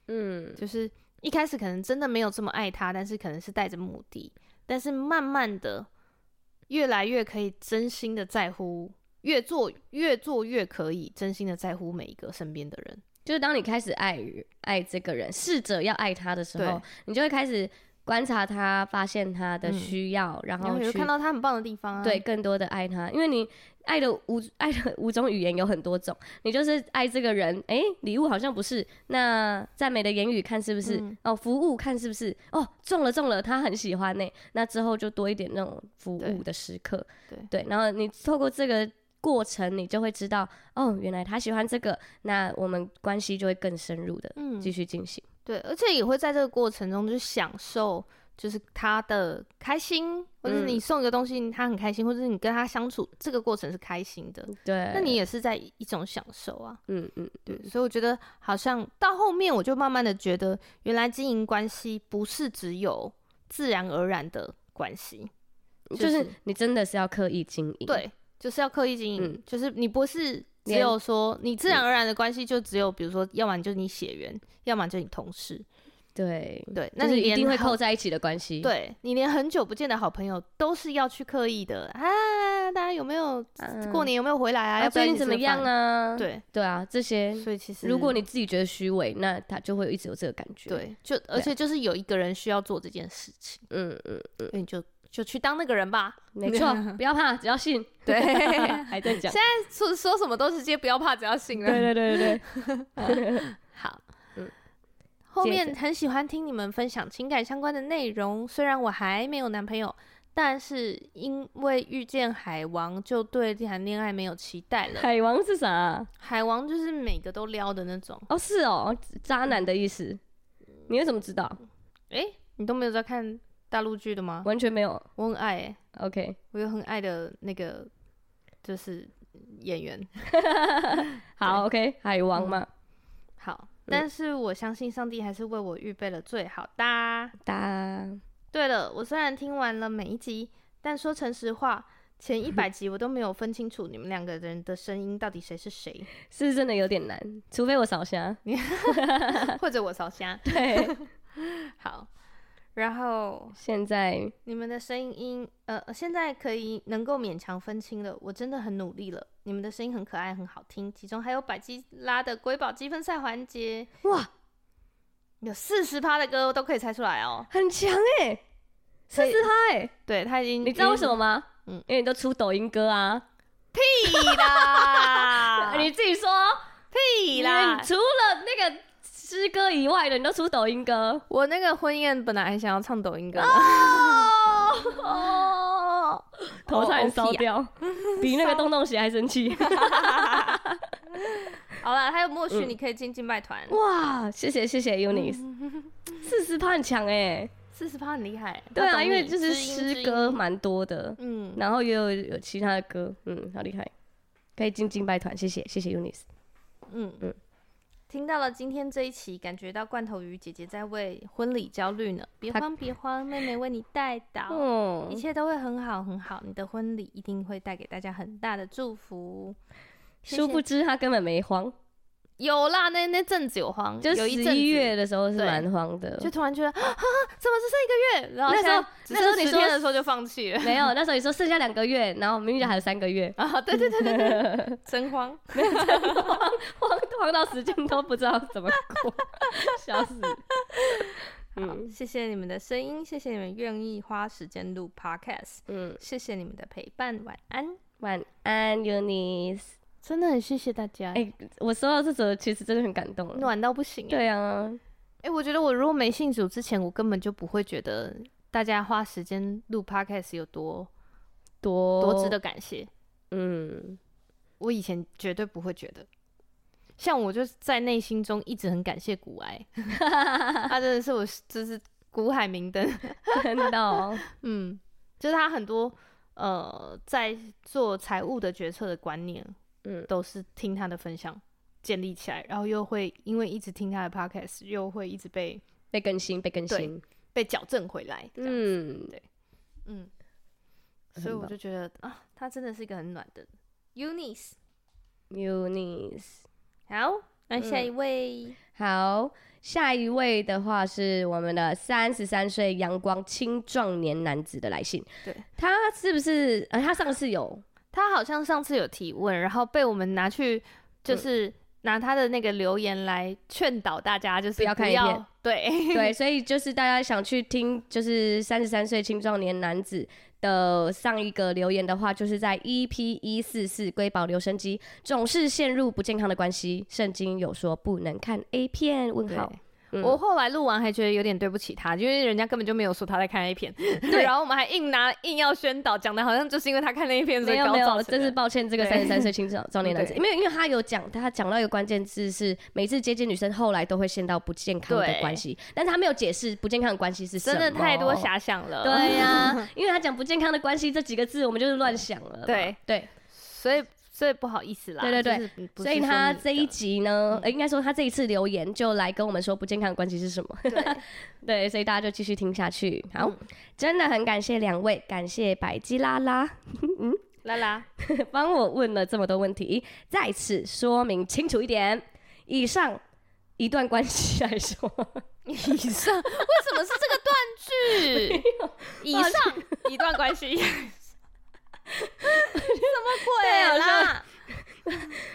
[SPEAKER 2] 嗯，
[SPEAKER 1] 就是一开始可能真的没有这么爱他，但是可能是带着目的，但是慢慢的越来越可以真心的在乎，越做越做越可以真心的在乎每一个身边的人。
[SPEAKER 2] 就是当你开始爱与爱这个人，试着要爱他的时候
[SPEAKER 1] 对，
[SPEAKER 2] 你就会开始观察他，发现他的
[SPEAKER 1] 嗯
[SPEAKER 2] 需要，然
[SPEAKER 1] 然
[SPEAKER 2] 后
[SPEAKER 1] 后你
[SPEAKER 2] 去
[SPEAKER 1] 就看到他很棒的地方啊。
[SPEAKER 2] 对，更多的爱他，因为你爱的五爱的五种语言有很多种，你就是爱这个人，诶，礼物好像不是，那赞美的言语看是不是，
[SPEAKER 1] 嗯
[SPEAKER 2] 哦，服务看是不是，哦，中了中了，他很喜欢呢、那之后就多一点那种服
[SPEAKER 1] 对
[SPEAKER 2] 务的时刻，
[SPEAKER 1] 对
[SPEAKER 2] 然后你透过这个过程，你就会知道，哦，原来他喜欢这个，那我们关系就会更深入的
[SPEAKER 1] 嗯
[SPEAKER 2] 继，续进行，
[SPEAKER 1] 对，而且也会在这个过程中就享受，就是他的开心，或者是你
[SPEAKER 2] 嗯
[SPEAKER 1] 送一个东西他很开心，或者是你跟他相处这个过程是开心的，
[SPEAKER 2] 对，
[SPEAKER 1] 那你也是在一种享受啊。
[SPEAKER 2] 嗯嗯
[SPEAKER 1] 对，所以我觉得好像到后面，我就慢慢的觉得，原来经营关系不是只有自然而然的关系，
[SPEAKER 2] 就
[SPEAKER 1] 就是
[SPEAKER 2] 是你真的是要刻意经营，
[SPEAKER 1] 对，就是要刻意经营，
[SPEAKER 2] 嗯
[SPEAKER 1] 就是你不是只
[SPEAKER 2] 连嗯
[SPEAKER 1] 有说你自然而然的关系，就只有比如说，要么就是你血缘，要么就是你同事，
[SPEAKER 2] 对，
[SPEAKER 1] 对，那
[SPEAKER 2] 那
[SPEAKER 1] 你
[SPEAKER 2] 是一
[SPEAKER 1] 连
[SPEAKER 2] 定会
[SPEAKER 1] 好
[SPEAKER 2] 扣在一起的关系。
[SPEAKER 1] 对你连很久不见的好朋友都是要去刻意的啊！大家有没有
[SPEAKER 2] 嗯，
[SPEAKER 1] 过年有没有回来啊？
[SPEAKER 2] 啊
[SPEAKER 1] 要不
[SPEAKER 2] 最
[SPEAKER 1] 要一
[SPEAKER 2] 近
[SPEAKER 1] 起
[SPEAKER 2] 怎么
[SPEAKER 1] 吃个
[SPEAKER 2] 样
[SPEAKER 1] 饭？
[SPEAKER 2] 啊？
[SPEAKER 1] 对，
[SPEAKER 2] 对啊，这些
[SPEAKER 1] 所以其实
[SPEAKER 2] 如果你自己觉得虚伪，那他就会一直有这个感觉。，
[SPEAKER 1] 对，就而且就是有一个人需要做这件事情，
[SPEAKER 2] 嗯嗯，
[SPEAKER 1] 所以你就就去当那个人吧。
[SPEAKER 2] 没错，不要怕，只要信。
[SPEAKER 1] 对
[SPEAKER 2] 还在讲。
[SPEAKER 1] 说说什么都直接不要怕，只要信
[SPEAKER 2] 对
[SPEAKER 1] 任。
[SPEAKER 2] 对对对 啊
[SPEAKER 1] 好，
[SPEAKER 2] 嗯
[SPEAKER 1] 后
[SPEAKER 2] 接
[SPEAKER 1] 面
[SPEAKER 2] 着
[SPEAKER 1] 很喜欢听你们分享情感相关的内容，虽然我还没有男朋友。但是因为遇见海王，就对谈恋爱没有期待
[SPEAKER 2] 对，
[SPEAKER 1] 了。
[SPEAKER 2] 海王是啥啊？
[SPEAKER 1] 海王就是每个都撩的那种。
[SPEAKER 2] 哦，是哦，渣男的意思。你为什么知道？
[SPEAKER 1] 诶，你都没有在看大陆剧的吗？
[SPEAKER 2] 完全没有。
[SPEAKER 1] 我很爱、欸，
[SPEAKER 2] OK，
[SPEAKER 1] 我有很爱的那个就是演员。
[SPEAKER 2] 好，OK，海王嘛，
[SPEAKER 1] 好，但是我相信上帝还是为我预备了最好的啊。
[SPEAKER 2] 哒，
[SPEAKER 1] 对了，我虽然听完了每一集，但说诚实话， 前一百集我都没有分清楚你们两个人的声音到底谁是 谁，
[SPEAKER 2] 是真的有点难，除非我扫 瞎。
[SPEAKER 1] 或者我烧瞎。
[SPEAKER 2] 对，
[SPEAKER 1] 好，然后
[SPEAKER 2] 现 在
[SPEAKER 1] 你们的声音，呃，现在可以能够勉强分清了。我真的很努力了。你们的声音很可爱，很好听。其中还有百基拉的瑰宝积分赛环节，
[SPEAKER 2] 哇，
[SPEAKER 1] 有四十趴的歌都可以猜出来哦。
[SPEAKER 2] 很强哎，
[SPEAKER 1] 所
[SPEAKER 2] 四
[SPEAKER 1] 以
[SPEAKER 2] 十趴哎，
[SPEAKER 1] 对他已经，
[SPEAKER 2] 你知道为什么吗？
[SPEAKER 1] 嗯
[SPEAKER 2] 因为你都出抖音歌啊，？
[SPEAKER 1] 已经屁啦
[SPEAKER 2] 啊 你自己说，
[SPEAKER 1] 屁
[SPEAKER 2] 因为
[SPEAKER 1] 啊啦
[SPEAKER 2] 你！除了那个诗歌以外的，你都出抖音歌。
[SPEAKER 1] 我那个婚宴本来还想要唱抖音歌的，
[SPEAKER 2] 哦，头差点烧
[SPEAKER 1] 哦
[SPEAKER 2] 掉，
[SPEAKER 1] 啊
[SPEAKER 2] 比那个洞洞鞋还生 气。
[SPEAKER 1] 好啦，还有默许你可以进敬拜团，
[SPEAKER 2] 哇，谢谢谢谢 Unis，四十趴很强哎。
[SPEAKER 1] 四十趴很厉害。
[SPEAKER 2] 对
[SPEAKER 1] 我
[SPEAKER 2] 啊，
[SPEAKER 1] 欸懂
[SPEAKER 2] 因为
[SPEAKER 1] 你
[SPEAKER 2] 就是
[SPEAKER 1] 知音知
[SPEAKER 2] 诗
[SPEAKER 1] 音
[SPEAKER 2] 歌蛮多的，
[SPEAKER 1] 嗯，
[SPEAKER 2] 然后也有有其他的歌，嗯，好厉害，可以进敬拜团，谢谢谢谢 Unis。
[SPEAKER 1] 嗯嗯
[SPEAKER 2] 嗯，
[SPEAKER 1] 听到了今天这一期，感觉到罐头鱼姐姐在为婚礼焦虑呢。别
[SPEAKER 2] 她
[SPEAKER 1] 慌，别慌，妹妹为你带到，
[SPEAKER 2] 哦
[SPEAKER 1] 一，切都会很好，很好。你的婚礼一定会带给大家很大的祝福。谢谢
[SPEAKER 2] 殊不知他根本没慌，
[SPEAKER 1] 有啦，那那阵子有慌，
[SPEAKER 2] 就
[SPEAKER 1] 有
[SPEAKER 2] 十
[SPEAKER 1] 一阵子
[SPEAKER 2] 一月的时候是
[SPEAKER 1] 对
[SPEAKER 2] 蛮慌的，
[SPEAKER 1] 就突然觉得啊，怎么只剩一个月？然后
[SPEAKER 2] 那时候
[SPEAKER 1] 现
[SPEAKER 2] 那
[SPEAKER 1] 在
[SPEAKER 2] 时候
[SPEAKER 1] 只剩
[SPEAKER 2] 你
[SPEAKER 1] 10
[SPEAKER 2] 说
[SPEAKER 1] 天的时候就放弃了，
[SPEAKER 2] 没有那时候你说剩下两个月，然后明明就还有三个月
[SPEAKER 1] 啊！对对对对对， 真慌。
[SPEAKER 2] 慌慌到时间都不知道怎么过，笑死。
[SPEAKER 1] 好，谢谢你们的声音，谢谢你们愿意花时间录 podcast，
[SPEAKER 2] 嗯，
[SPEAKER 1] 谢谢你们的陪伴，晚安。
[SPEAKER 2] 晚安，Unis。
[SPEAKER 1] 真的很谢谢大家，
[SPEAKER 2] 哎、我收到这则其实真的很感动。
[SPEAKER 1] 暖到不行。哎、
[SPEAKER 2] 对啊，
[SPEAKER 1] 我觉得我如果没信主之前，我根本就不会觉得大家花时间录 podcast 有多
[SPEAKER 2] 多
[SPEAKER 1] 多值得。感谢。
[SPEAKER 2] 嗯，
[SPEAKER 1] 我以前绝对不会觉得。像我就是在内心中一直很感谢古 埃，他真的是我就是古海明灯，
[SPEAKER 2] 真的哦、
[SPEAKER 1] 嗯，就是他很多呃在做财务的决策的观念，
[SPEAKER 2] 嗯
[SPEAKER 1] 都是听他的分享建立起来，然后又会因为一直听他的 podcast，又会一直被
[SPEAKER 2] 被更新，被更新。
[SPEAKER 1] 被矫正回来，嗯
[SPEAKER 2] 嗯，
[SPEAKER 1] 嗯，
[SPEAKER 2] 很
[SPEAKER 1] 所以我
[SPEAKER 2] 棒
[SPEAKER 1] 就觉得啊，他真的是一个很暖的 Unis。
[SPEAKER 2] Unis。
[SPEAKER 1] 好，那下
[SPEAKER 2] 嗯
[SPEAKER 1] 一位，
[SPEAKER 2] 好，下一位的话是我们的三十三岁阳光青壮年男子的来信。
[SPEAKER 1] 对，
[SPEAKER 2] 他是不是？呃，他上次有
[SPEAKER 1] 他好像上次有提问，然后被我们拿去就是。拿他的那个留言来劝导大家，就是
[SPEAKER 2] 不要看影片
[SPEAKER 1] 对
[SPEAKER 2] 对，所以就是大家想去听，就是三十三岁青壮年男子的上一个留言的话，就是在 EP 一四四瑰宝留声机总是陷入不健康的关系，圣经有说不能看 A 片？问
[SPEAKER 1] 对
[SPEAKER 2] 号，嗯
[SPEAKER 1] 我后来录完还觉得有点对不起他，因为人家根本就没有说他在看 A 片，对， 然后我们还硬拿硬要宣导，讲的好像就是因为他看 A 片所
[SPEAKER 2] 没
[SPEAKER 1] 以
[SPEAKER 2] 有
[SPEAKER 1] 高
[SPEAKER 2] 没
[SPEAKER 1] 造
[SPEAKER 2] 有，
[SPEAKER 1] 成
[SPEAKER 2] 真是
[SPEAKER 1] 的。
[SPEAKER 2] 抱歉，这个
[SPEAKER 1] 对
[SPEAKER 2] 三十三岁青 少壮年男子，
[SPEAKER 1] 对
[SPEAKER 2] 因为因为他有讲，他讲到一个关键字是每次接近女生，后来都会陷到不健康的
[SPEAKER 1] 对
[SPEAKER 2] 关系，但是他没有解释不健康的关系是什
[SPEAKER 1] 真
[SPEAKER 2] 么，
[SPEAKER 1] 的太多遐想了，
[SPEAKER 2] 对呀、 因为他讲不健康的关系这几个字，我们就是乱想了嘛，
[SPEAKER 1] 对
[SPEAKER 2] 对。
[SPEAKER 1] 所以所以不好意思啦，
[SPEAKER 2] 对对对
[SPEAKER 1] 对，不是
[SPEAKER 2] 所以他
[SPEAKER 1] 说你
[SPEAKER 2] 这一
[SPEAKER 1] 的嗯
[SPEAKER 2] 集呢，呃应该说他这一次留言就来跟我们说不健康的关系是什么。
[SPEAKER 1] 对
[SPEAKER 2] 对，所以大家就继续听下去。好，
[SPEAKER 1] 嗯
[SPEAKER 2] 真的很感谢两位，感谢百基拉拉
[SPEAKER 1] 啦啦，
[SPEAKER 2] 帮我问了这么多问题，再次说明清楚一点。以上一段关系来说，
[SPEAKER 1] 以上为什么是这个断句？以
[SPEAKER 2] 我好
[SPEAKER 1] 上 一段关系，什
[SPEAKER 2] 太好
[SPEAKER 1] 么鬼
[SPEAKER 2] 笑
[SPEAKER 1] 啦？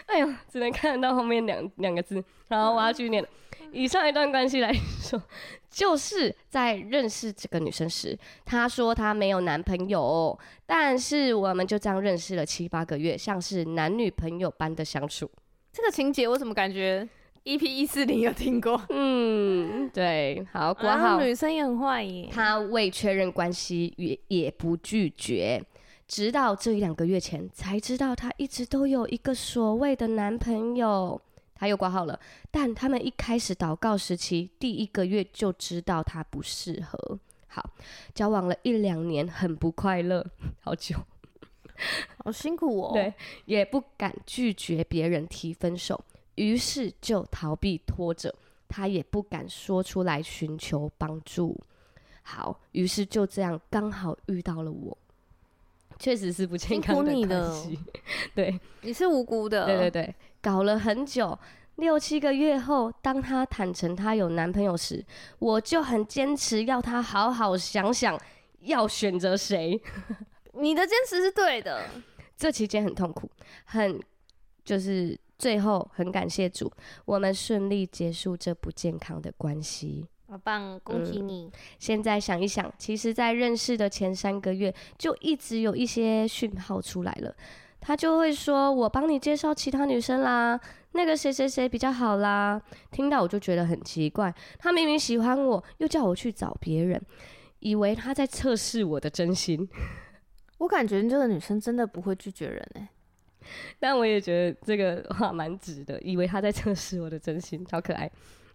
[SPEAKER 2] 哎呦，只能看得到后面两两个字。然后我要去念了。以上一段关系来说，就是在认识这个女生时，她说她没有男朋友，但是我们就这样认识了七八个月，像是男女朋友般的相处。
[SPEAKER 1] 这个情节我怎么感觉 EP 一四零有听 过？哦
[SPEAKER 2] 嗯，对，好，挂
[SPEAKER 1] 然
[SPEAKER 2] 号。
[SPEAKER 1] 后女生也很坏耶，
[SPEAKER 2] 他未确认关系也也不拒绝，直到这一两个月前才知道他一直都有一个所谓的男朋友。他又挂号了，但他们一开始祷告时期第一个月就知道他不适合。好，交往了一两年，很不快乐，好久。
[SPEAKER 1] 好辛苦哦。
[SPEAKER 2] 对，也不敢拒绝别人提分手，于是就逃避拖着，他也不敢说出来寻求帮助。好，于是就这样刚好遇到了我，确实是不健
[SPEAKER 1] 辛
[SPEAKER 2] 康
[SPEAKER 1] 苦
[SPEAKER 2] 的
[SPEAKER 1] 你
[SPEAKER 2] 关
[SPEAKER 1] 了呃
[SPEAKER 2] 系。 对
[SPEAKER 1] 你是无辜的，
[SPEAKER 2] 对对对，搞了很久。六七个月后，当她坦诚她有男朋友时，我就很坚持要她好好想想，要选择谁。
[SPEAKER 1] 你的坚持是对的。
[SPEAKER 2] 这期间很痛苦，很就是最后很感谢主，我们顺利结束这不健康的关系。
[SPEAKER 1] 好棒，恭喜你！
[SPEAKER 2] 现在想一想，其实，在认识的前三个月就一直有一些讯号出来了，他就会说：“我帮你介绍其他女生啦，那个谁谁谁比较好啦。”听到我就觉得很奇怪，他明明喜欢我，又叫我去找别人，以为他在测试我的真心。
[SPEAKER 1] 我感觉这个女生真的不会拒绝人哎、
[SPEAKER 2] 但我也觉得这个话蛮直的，以为他在测试我的真心，好可爱。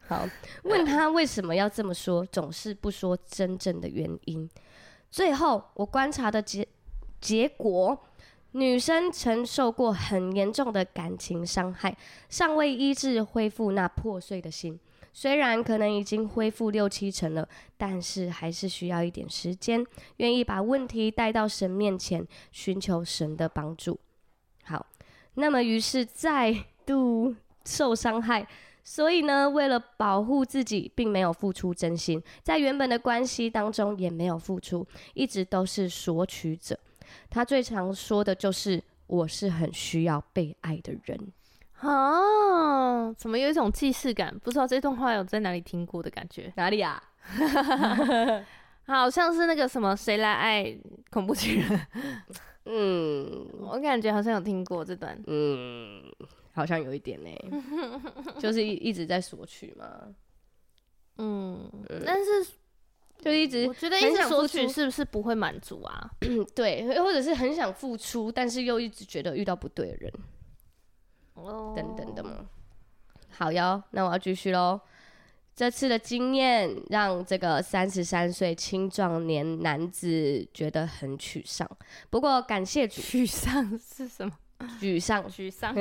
[SPEAKER 2] 好，问他为什么要这么说，总是不说真正的原因。最后我观察的结结果，女生承受过很严重的感情伤害，尚未医治恢复那破碎的心。虽然可能已经恢复六七成了，但是还是需要一点时间。愿意把问题带到神面前，寻求神的帮助。好，那么于是再度受伤害，所以呢，为了保护自己，并没有付出真心，在原本的关系当中也没有付出，一直都是索取者。他最常说的就是“我是很需要被爱的人
[SPEAKER 1] 哦，怎么有一种既视感？不知道这段话有在哪里听过的感觉”，，
[SPEAKER 2] 哪里啊？
[SPEAKER 1] 好像是那个什么“谁来爱恐怖情人
[SPEAKER 2] 嗯”，
[SPEAKER 1] 我感觉好像有听过这段。
[SPEAKER 2] 嗯，好像有一点呢、就是一一直在索取嘛，
[SPEAKER 1] 嗯，但是
[SPEAKER 2] 就一直
[SPEAKER 1] 我觉得
[SPEAKER 2] 很
[SPEAKER 1] 一直
[SPEAKER 2] 想
[SPEAKER 1] 索
[SPEAKER 2] 付
[SPEAKER 1] 取
[SPEAKER 2] 出
[SPEAKER 1] 是不是不会满足啊？
[SPEAKER 2] 对，或者是很想付出，但是又一直觉得遇到不对的人，等等的
[SPEAKER 1] 哦。
[SPEAKER 2] 嘛。好哟，那我要继续喽。这次的经验让这个三十三岁青壮年男子觉得很沮丧，不过感谢主，
[SPEAKER 1] 沮丧是什么？
[SPEAKER 2] 沮丧
[SPEAKER 1] 沮丧。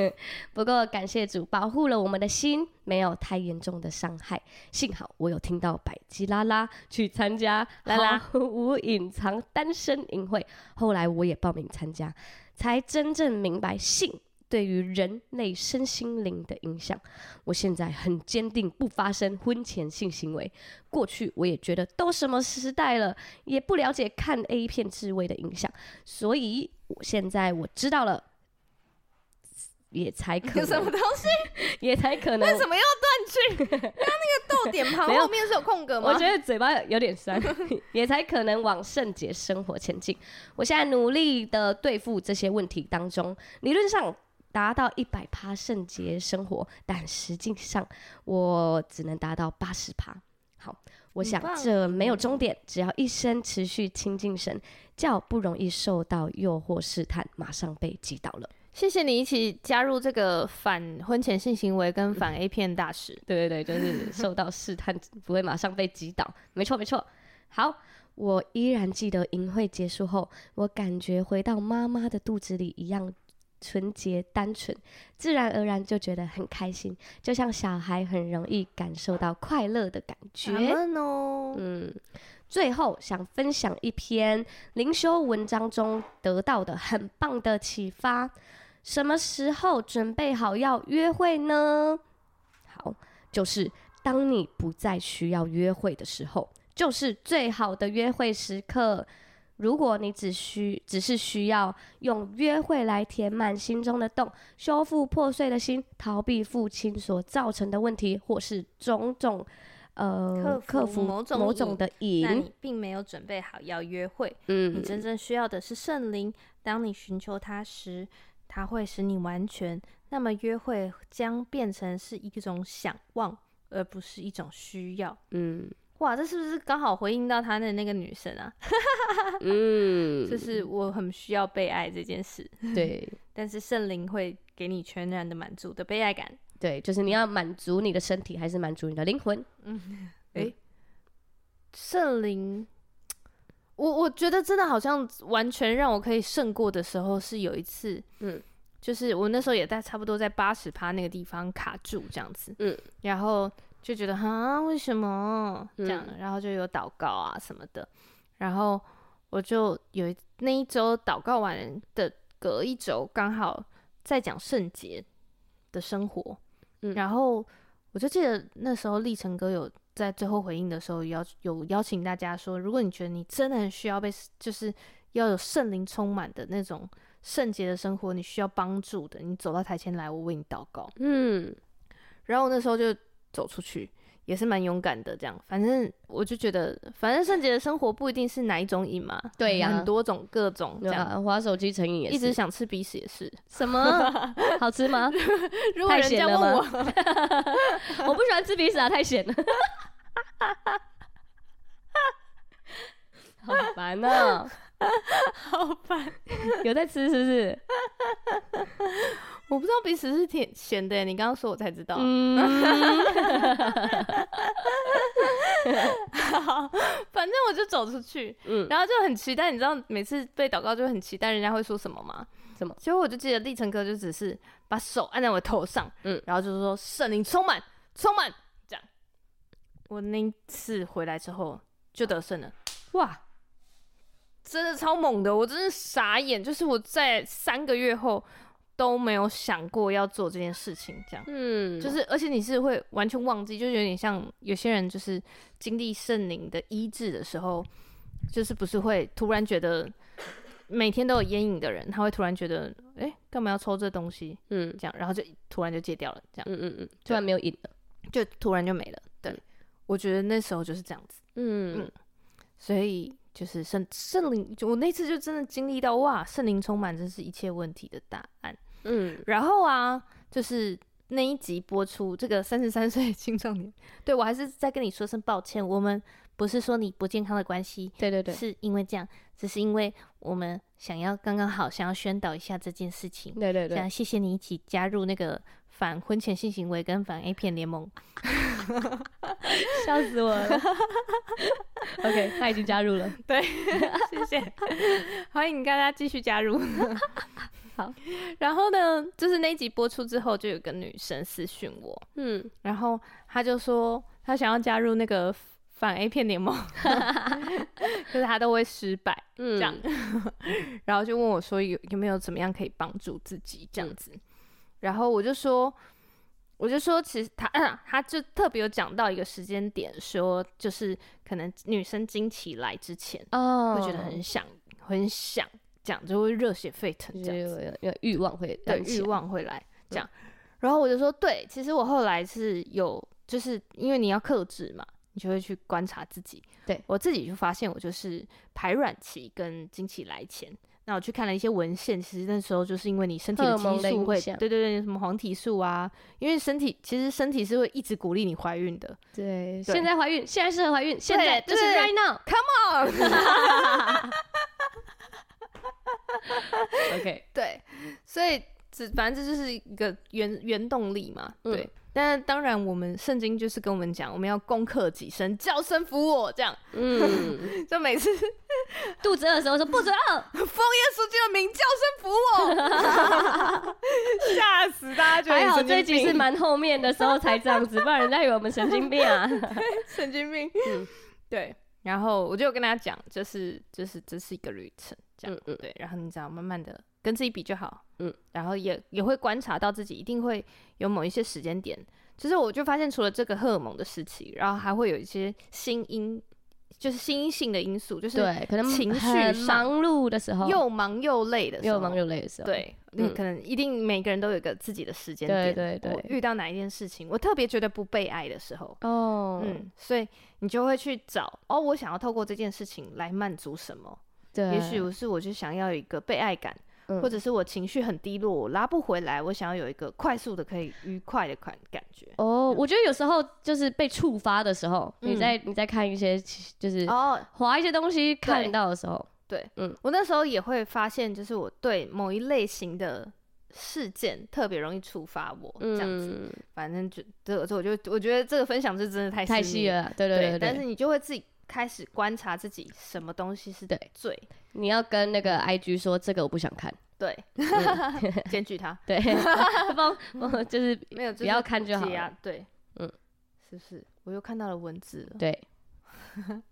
[SPEAKER 2] 不过感谢主保护了我们的心，没有太严重的伤害。幸好我有听到百吉拉拉去参加
[SPEAKER 1] 拉拉
[SPEAKER 2] 毫无隐藏单身营会，后来我也报名参加，才真正明白性对于人类身心灵的影响。我现在很坚定不发生婚前性行为。过去我也觉得都什么时代了，也不了解看 A 片智慧的影响，所以我现在我知道了。也才 可能
[SPEAKER 1] 什么东西？
[SPEAKER 2] 也才可能。
[SPEAKER 1] 为什么要断 句？他那个逗点 旁
[SPEAKER 2] 没有
[SPEAKER 1] 后面是有空格吗？
[SPEAKER 2] 我觉得嘴巴有点酸，也才可能往圣洁生活前进。我现在努力的对付这些问题当中，理论上达到一百趴圣洁生活，但实际上我只能达到八十趴。好，我想
[SPEAKER 1] 很棒
[SPEAKER 2] 这没有终点，只要一生持续亲近神，较不容易受到诱惑试探，马上被击倒了。
[SPEAKER 1] 谢谢你一起加入这个反婚前性行为跟反 A 片大 使。
[SPEAKER 2] 对对对，就是受到试探， 不会马上被击倒。没错没错。好，我依然记得营会结束后，我感觉回到妈妈的肚子里一样纯洁单纯，自然而然就觉得很开心，就像小孩很容易感受到快乐的感觉。
[SPEAKER 1] 们哦，
[SPEAKER 2] 嗯，最后想分享一篇灵修文章中得到的很棒的启发。什么时候准备好要约会呢？好，就是当你不再需要约会的时候，就是最好的约会时刻。如果你只需只是需要用约会来填满心中的洞，修复破碎的心，逃避父亲所造成的问题，或是种种呃
[SPEAKER 1] 克服
[SPEAKER 2] 克服
[SPEAKER 1] 某种瘾
[SPEAKER 2] 的
[SPEAKER 1] 那
[SPEAKER 2] 瘾
[SPEAKER 1] 你，并没有准备好要约会，你
[SPEAKER 2] 嗯，
[SPEAKER 1] 真正需要的是圣灵。当你寻求它时，它会使你完全。那么，约会将变成是一种想望，而不是一种需要。
[SPEAKER 2] 嗯
[SPEAKER 1] 哇，这是不是刚好回应到他的那个女生啊？
[SPEAKER 2] 嗯，
[SPEAKER 1] 就是我很需要被爱这件事，
[SPEAKER 2] 对
[SPEAKER 1] 但是圣灵会给你全然的满足的被爱感。
[SPEAKER 2] 对，就是你要满足你的身体，还是满足你的灵魂？
[SPEAKER 1] 圣灵，我我觉得真的好像完全让我可以胜过的时候是有一次，
[SPEAKER 2] 嗯，
[SPEAKER 1] 就是我那时候也在差不多在八十趴那个地方卡住这样子，
[SPEAKER 2] 嗯，
[SPEAKER 1] 然后就觉得哈为什么这样，
[SPEAKER 2] 嗯
[SPEAKER 1] 然后就有祷告啊什么的，然后我就有一那一周祷告完的隔一周刚好在讲圣洁的生活，
[SPEAKER 2] 嗯
[SPEAKER 1] 然后我就记得那时候立成哥有在最后回应的时候邀有邀请大家说，如果你觉得你真的很需要被，就是要有圣灵充满的那种圣洁的生活，你需要帮助的，你走到台前来，我为你祷告。
[SPEAKER 2] 嗯，
[SPEAKER 1] 然后我那时候就走出去，也是蛮勇敢的。这样，反正我就觉得，反正圣洁的生活不一定是哪一种瘾嘛，
[SPEAKER 2] 对呀
[SPEAKER 1] 很多种各种这
[SPEAKER 2] 对
[SPEAKER 1] 样。
[SPEAKER 2] 啊，滑手机成瘾也是
[SPEAKER 1] 一直想吃鼻屎也是，
[SPEAKER 2] 什么 好吃 吗？
[SPEAKER 1] 如果
[SPEAKER 2] 太
[SPEAKER 1] 人
[SPEAKER 2] 咸
[SPEAKER 1] 家
[SPEAKER 2] 了
[SPEAKER 1] 问
[SPEAKER 2] 吗
[SPEAKER 1] 我，
[SPEAKER 2] 我不喜欢吃鼻屎啊，太咸了。 好烦 哦、
[SPEAKER 1] 好烦，
[SPEAKER 2] 有在吃是不是？
[SPEAKER 1] 我不 知道鼻屎是甜咸的耶，欸你刚刚说我才知道。
[SPEAKER 2] 嗯，
[SPEAKER 1] 好，反正我就走出去，
[SPEAKER 2] 嗯
[SPEAKER 1] 然后就很期待，你知道每次被祷告就很期待人家会说什么吗？
[SPEAKER 2] 什么
[SPEAKER 1] 结果我就记得立成哥就只是把手按在我头上，
[SPEAKER 2] 嗯
[SPEAKER 1] 然后就说圣灵充满，充满这样。我那次回来之后就得胜了，
[SPEAKER 2] 哇，
[SPEAKER 1] 真的超猛的，我真是傻眼，就是我在三个月后都没有想过要做这件事情，这样。
[SPEAKER 2] 嗯，
[SPEAKER 1] 就是，而且你是会完全忘记，就有点像有些人就是经历圣灵的医治的时候，就是不是会突然觉得每天都有烟瘾的人，他会突然觉得，诶，干嘛要抽这东西？
[SPEAKER 2] 嗯
[SPEAKER 1] 这样，然后就突然就戒掉了，这样
[SPEAKER 2] 嗯嗯嗯，突然没有瘾了。
[SPEAKER 1] 就突然就没了。对
[SPEAKER 2] 嗯，
[SPEAKER 1] 我觉得那时候就是这样子，
[SPEAKER 2] 嗯
[SPEAKER 1] 所以就是圣圣灵，就我那次就真的经历到，哇，圣灵充满，真是一切问题的答案。
[SPEAKER 2] 嗯，
[SPEAKER 1] 然后啊，就是那一集播出，这个三十三岁青少年，对我还是再跟你说声抱歉，我们不是说你不健康的关系，
[SPEAKER 2] 对对对，
[SPEAKER 1] 是因为这样，只是因为我们想要刚刚好想要宣导一下这件事情，
[SPEAKER 2] 对对对
[SPEAKER 1] 想，谢谢你一起加入那个反婚前性行为跟反 A 片 联盟，
[SPEAKER 2] 笑死我 了。OK，他已经加入了。
[SPEAKER 1] 谢谢， 欢迎大家继续 加入。
[SPEAKER 2] 好，
[SPEAKER 1] 然后呢，就是那一集播出之后，就有个女生私讯我，
[SPEAKER 2] 嗯，
[SPEAKER 1] 然后他就说他想要加入那个反 A 片联盟，可是他都会失败
[SPEAKER 2] 嗯
[SPEAKER 1] 这样， 然后就问我说有有没有怎么样可以帮助自己这样子，然后我就说。我就说，其实他他就特别有讲到一个时间点，说就是可能女生经期来之前，
[SPEAKER 2] 哦，
[SPEAKER 1] 会觉得很想、很想这样，就会热血沸腾
[SPEAKER 2] 就
[SPEAKER 1] 这
[SPEAKER 2] 是
[SPEAKER 1] 样子
[SPEAKER 2] 有。有有欲望会
[SPEAKER 1] 对
[SPEAKER 2] 燃起
[SPEAKER 1] 欲
[SPEAKER 2] 来，
[SPEAKER 1] 望会来
[SPEAKER 2] 嗯
[SPEAKER 1] 这样。然后我就说，对，其实我后来是有，就是因为你要克制嘛，你就会去观察自己。
[SPEAKER 2] 对
[SPEAKER 1] 我自己就发现，我就是排卵期跟经期来前。那我去看了一些文献，其实那时候就是因为你身体
[SPEAKER 2] 荷尔
[SPEAKER 1] 激
[SPEAKER 2] 蒙的
[SPEAKER 1] 素
[SPEAKER 2] 影
[SPEAKER 1] 会，
[SPEAKER 2] 响
[SPEAKER 1] 对对对，什么黄体素啊，因为身体其实身体是会一直鼓励你怀孕的。
[SPEAKER 2] 对，
[SPEAKER 1] 对
[SPEAKER 2] 现在怀孕，现在适合怀孕，现在就是
[SPEAKER 1] 对
[SPEAKER 2] right now。哦
[SPEAKER 1] Come on，
[SPEAKER 2] OK，
[SPEAKER 1] 对，所以只反正这就是一个原原动力嘛，
[SPEAKER 2] 嗯
[SPEAKER 1] 对。但当然，我们圣经就是跟我们讲，我们要攻克己身，叫声服我，这样。
[SPEAKER 2] 嗯，
[SPEAKER 1] 就每次奉耶
[SPEAKER 2] 肚子饿的时候说不准饿，
[SPEAKER 1] 稣基督的名叫声服我， 吓死大家！觉得
[SPEAKER 2] 还
[SPEAKER 1] 你
[SPEAKER 2] 好
[SPEAKER 1] 神
[SPEAKER 2] 这一
[SPEAKER 1] 经
[SPEAKER 2] 集
[SPEAKER 1] 病
[SPEAKER 2] 是蛮后面的时候才这 样子，不然人家以为我们神经病 啊。
[SPEAKER 1] 神经病。
[SPEAKER 2] 嗯
[SPEAKER 1] 对。然后我就跟他讲，就是就是这是一个旅程，这样。
[SPEAKER 2] 嗯嗯
[SPEAKER 1] 对，然后你只要慢慢的跟自己比就好，
[SPEAKER 2] 嗯，
[SPEAKER 1] 然后也也会观察到自己一定会有某一些时间点，就是我就发现除了这个荷尔蒙的事情，然后还会有一些心因，就是心因性的因素，就是
[SPEAKER 2] 对，可能
[SPEAKER 1] 情绪
[SPEAKER 2] 很
[SPEAKER 1] 上
[SPEAKER 2] 忙碌的时候，
[SPEAKER 1] 又忙又累的时候，
[SPEAKER 2] 又忙又累的时候，，
[SPEAKER 1] 对，
[SPEAKER 2] 嗯
[SPEAKER 1] 你可能一定每个人都有一个自己的时间
[SPEAKER 2] 对
[SPEAKER 1] 点。
[SPEAKER 2] 对
[SPEAKER 1] 我
[SPEAKER 2] 对
[SPEAKER 1] 遇到哪一件事情，我特别觉得不被爱的时候，
[SPEAKER 2] 哦，
[SPEAKER 1] 嗯，所以你就会去找哦，我想要透过这件事情来满足什么？
[SPEAKER 2] 对，
[SPEAKER 1] 也许我是我就想要有一个被爱感，
[SPEAKER 2] 嗯
[SPEAKER 1] 或者是我情绪很低落，我拉不回来，我想要有一个快速的可以愉快的感感觉。
[SPEAKER 2] 哦，我觉得有时候就是被触发的时候，你在你在看一些就是
[SPEAKER 1] 嗯哦，
[SPEAKER 2] 划一些东西看到的时候，
[SPEAKER 1] 对，
[SPEAKER 2] 嗯
[SPEAKER 1] 嗯，我那时候也会发现，就是我对某一类型的事件特别容易触发我，这样子。
[SPEAKER 2] 嗯，
[SPEAKER 1] 反正就这，这我就我觉得这个分享是真的太
[SPEAKER 2] 太
[SPEAKER 1] 细
[SPEAKER 2] 细
[SPEAKER 1] 腻了，
[SPEAKER 2] 了啦，对
[SPEAKER 1] 对
[SPEAKER 2] 对
[SPEAKER 1] 但是
[SPEAKER 2] 对，
[SPEAKER 1] 你就会自己开始观察自己什么东西是
[SPEAKER 2] 对
[SPEAKER 1] 最
[SPEAKER 2] 你要跟那个 IG 说这个我不想 看，
[SPEAKER 1] 对，
[SPEAKER 2] 嗯
[SPEAKER 1] 检举他
[SPEAKER 2] 对，帮帮就是
[SPEAKER 1] 没有，就
[SPEAKER 2] 不
[SPEAKER 1] 是
[SPEAKER 2] 要看就好
[SPEAKER 1] 解
[SPEAKER 2] 了，
[SPEAKER 1] 压，对，
[SPEAKER 2] 嗯
[SPEAKER 1] 嗯，是不是？我又看到了文字了。
[SPEAKER 2] 对，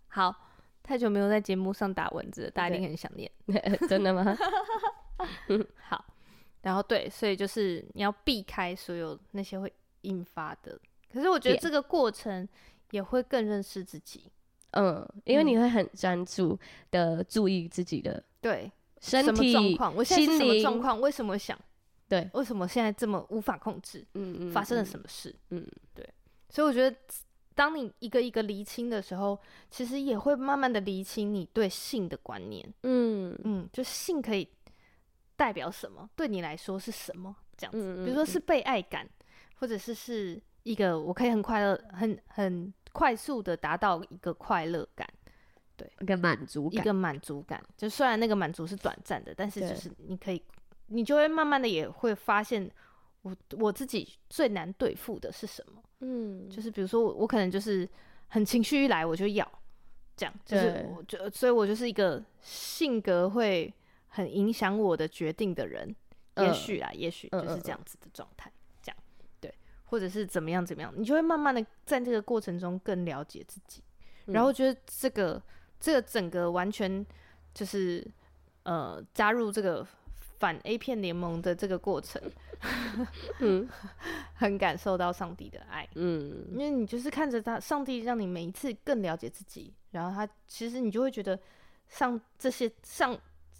[SPEAKER 1] 好，太久没有在节目上打文字了，大家一
[SPEAKER 2] 对
[SPEAKER 1] 定很想念。
[SPEAKER 2] 真的吗？
[SPEAKER 1] 好，
[SPEAKER 2] 嗯
[SPEAKER 1] 然后对，所以就是你要避开所有那些会引发的。可是我觉得
[SPEAKER 2] 点
[SPEAKER 1] 这个过程也会更认识自己，
[SPEAKER 2] 嗯，因为你会很专注的注意自己的
[SPEAKER 1] 对，什
[SPEAKER 2] 身
[SPEAKER 1] 么状
[SPEAKER 2] 体，
[SPEAKER 1] 况，我现在是
[SPEAKER 2] 心
[SPEAKER 1] 什么
[SPEAKER 2] 灵
[SPEAKER 1] 状况，为什么想，
[SPEAKER 2] 对，
[SPEAKER 1] 为什么现在这么无法控制，
[SPEAKER 2] 嗯
[SPEAKER 1] 发生了
[SPEAKER 2] 么？
[SPEAKER 1] 什么事？
[SPEAKER 2] 嗯
[SPEAKER 1] 嗯，对，所以我觉得。当你一个一个厘清的时候，其实也会慢慢的厘清你对性的观念。
[SPEAKER 2] 嗯
[SPEAKER 1] 嗯，就性可以代表什么，对你来说是什么这样子。
[SPEAKER 2] 嗯，
[SPEAKER 1] 比如说是被爱感，或者是是一个我可以很快乐、很很快速的达到一个快乐感、
[SPEAKER 2] 一个满足
[SPEAKER 1] 一
[SPEAKER 2] 感，
[SPEAKER 1] 个满足感。就虽然那个满足是短暂的，但是就
[SPEAKER 2] 对
[SPEAKER 1] 是你可以，你就会慢慢的也会发现我我自己最难对付的是什么。
[SPEAKER 2] 嗯，
[SPEAKER 1] 就是比如说我我可能就是很情绪一来我就要这样，就是
[SPEAKER 2] 对
[SPEAKER 1] 我就所以我就是一个性格会很影响我的决定的人，
[SPEAKER 2] 嗯
[SPEAKER 1] 也许啊，也许
[SPEAKER 2] 嗯
[SPEAKER 1] 就是
[SPEAKER 2] 嗯
[SPEAKER 1] 这样子的状态，这样对，或者是怎么样怎么样，你就会慢慢的在这个过程中更了解自己，
[SPEAKER 2] 嗯
[SPEAKER 1] 然后觉得这个这个整个完全就是呃加入这个反 A 片联盟的这个过程，
[SPEAKER 2] 嗯
[SPEAKER 1] 很感受到上帝的爱。
[SPEAKER 2] 嗯
[SPEAKER 1] 因为你就是看着他，上帝让你每一次更了解自己，然后他其实你就会觉得上这些上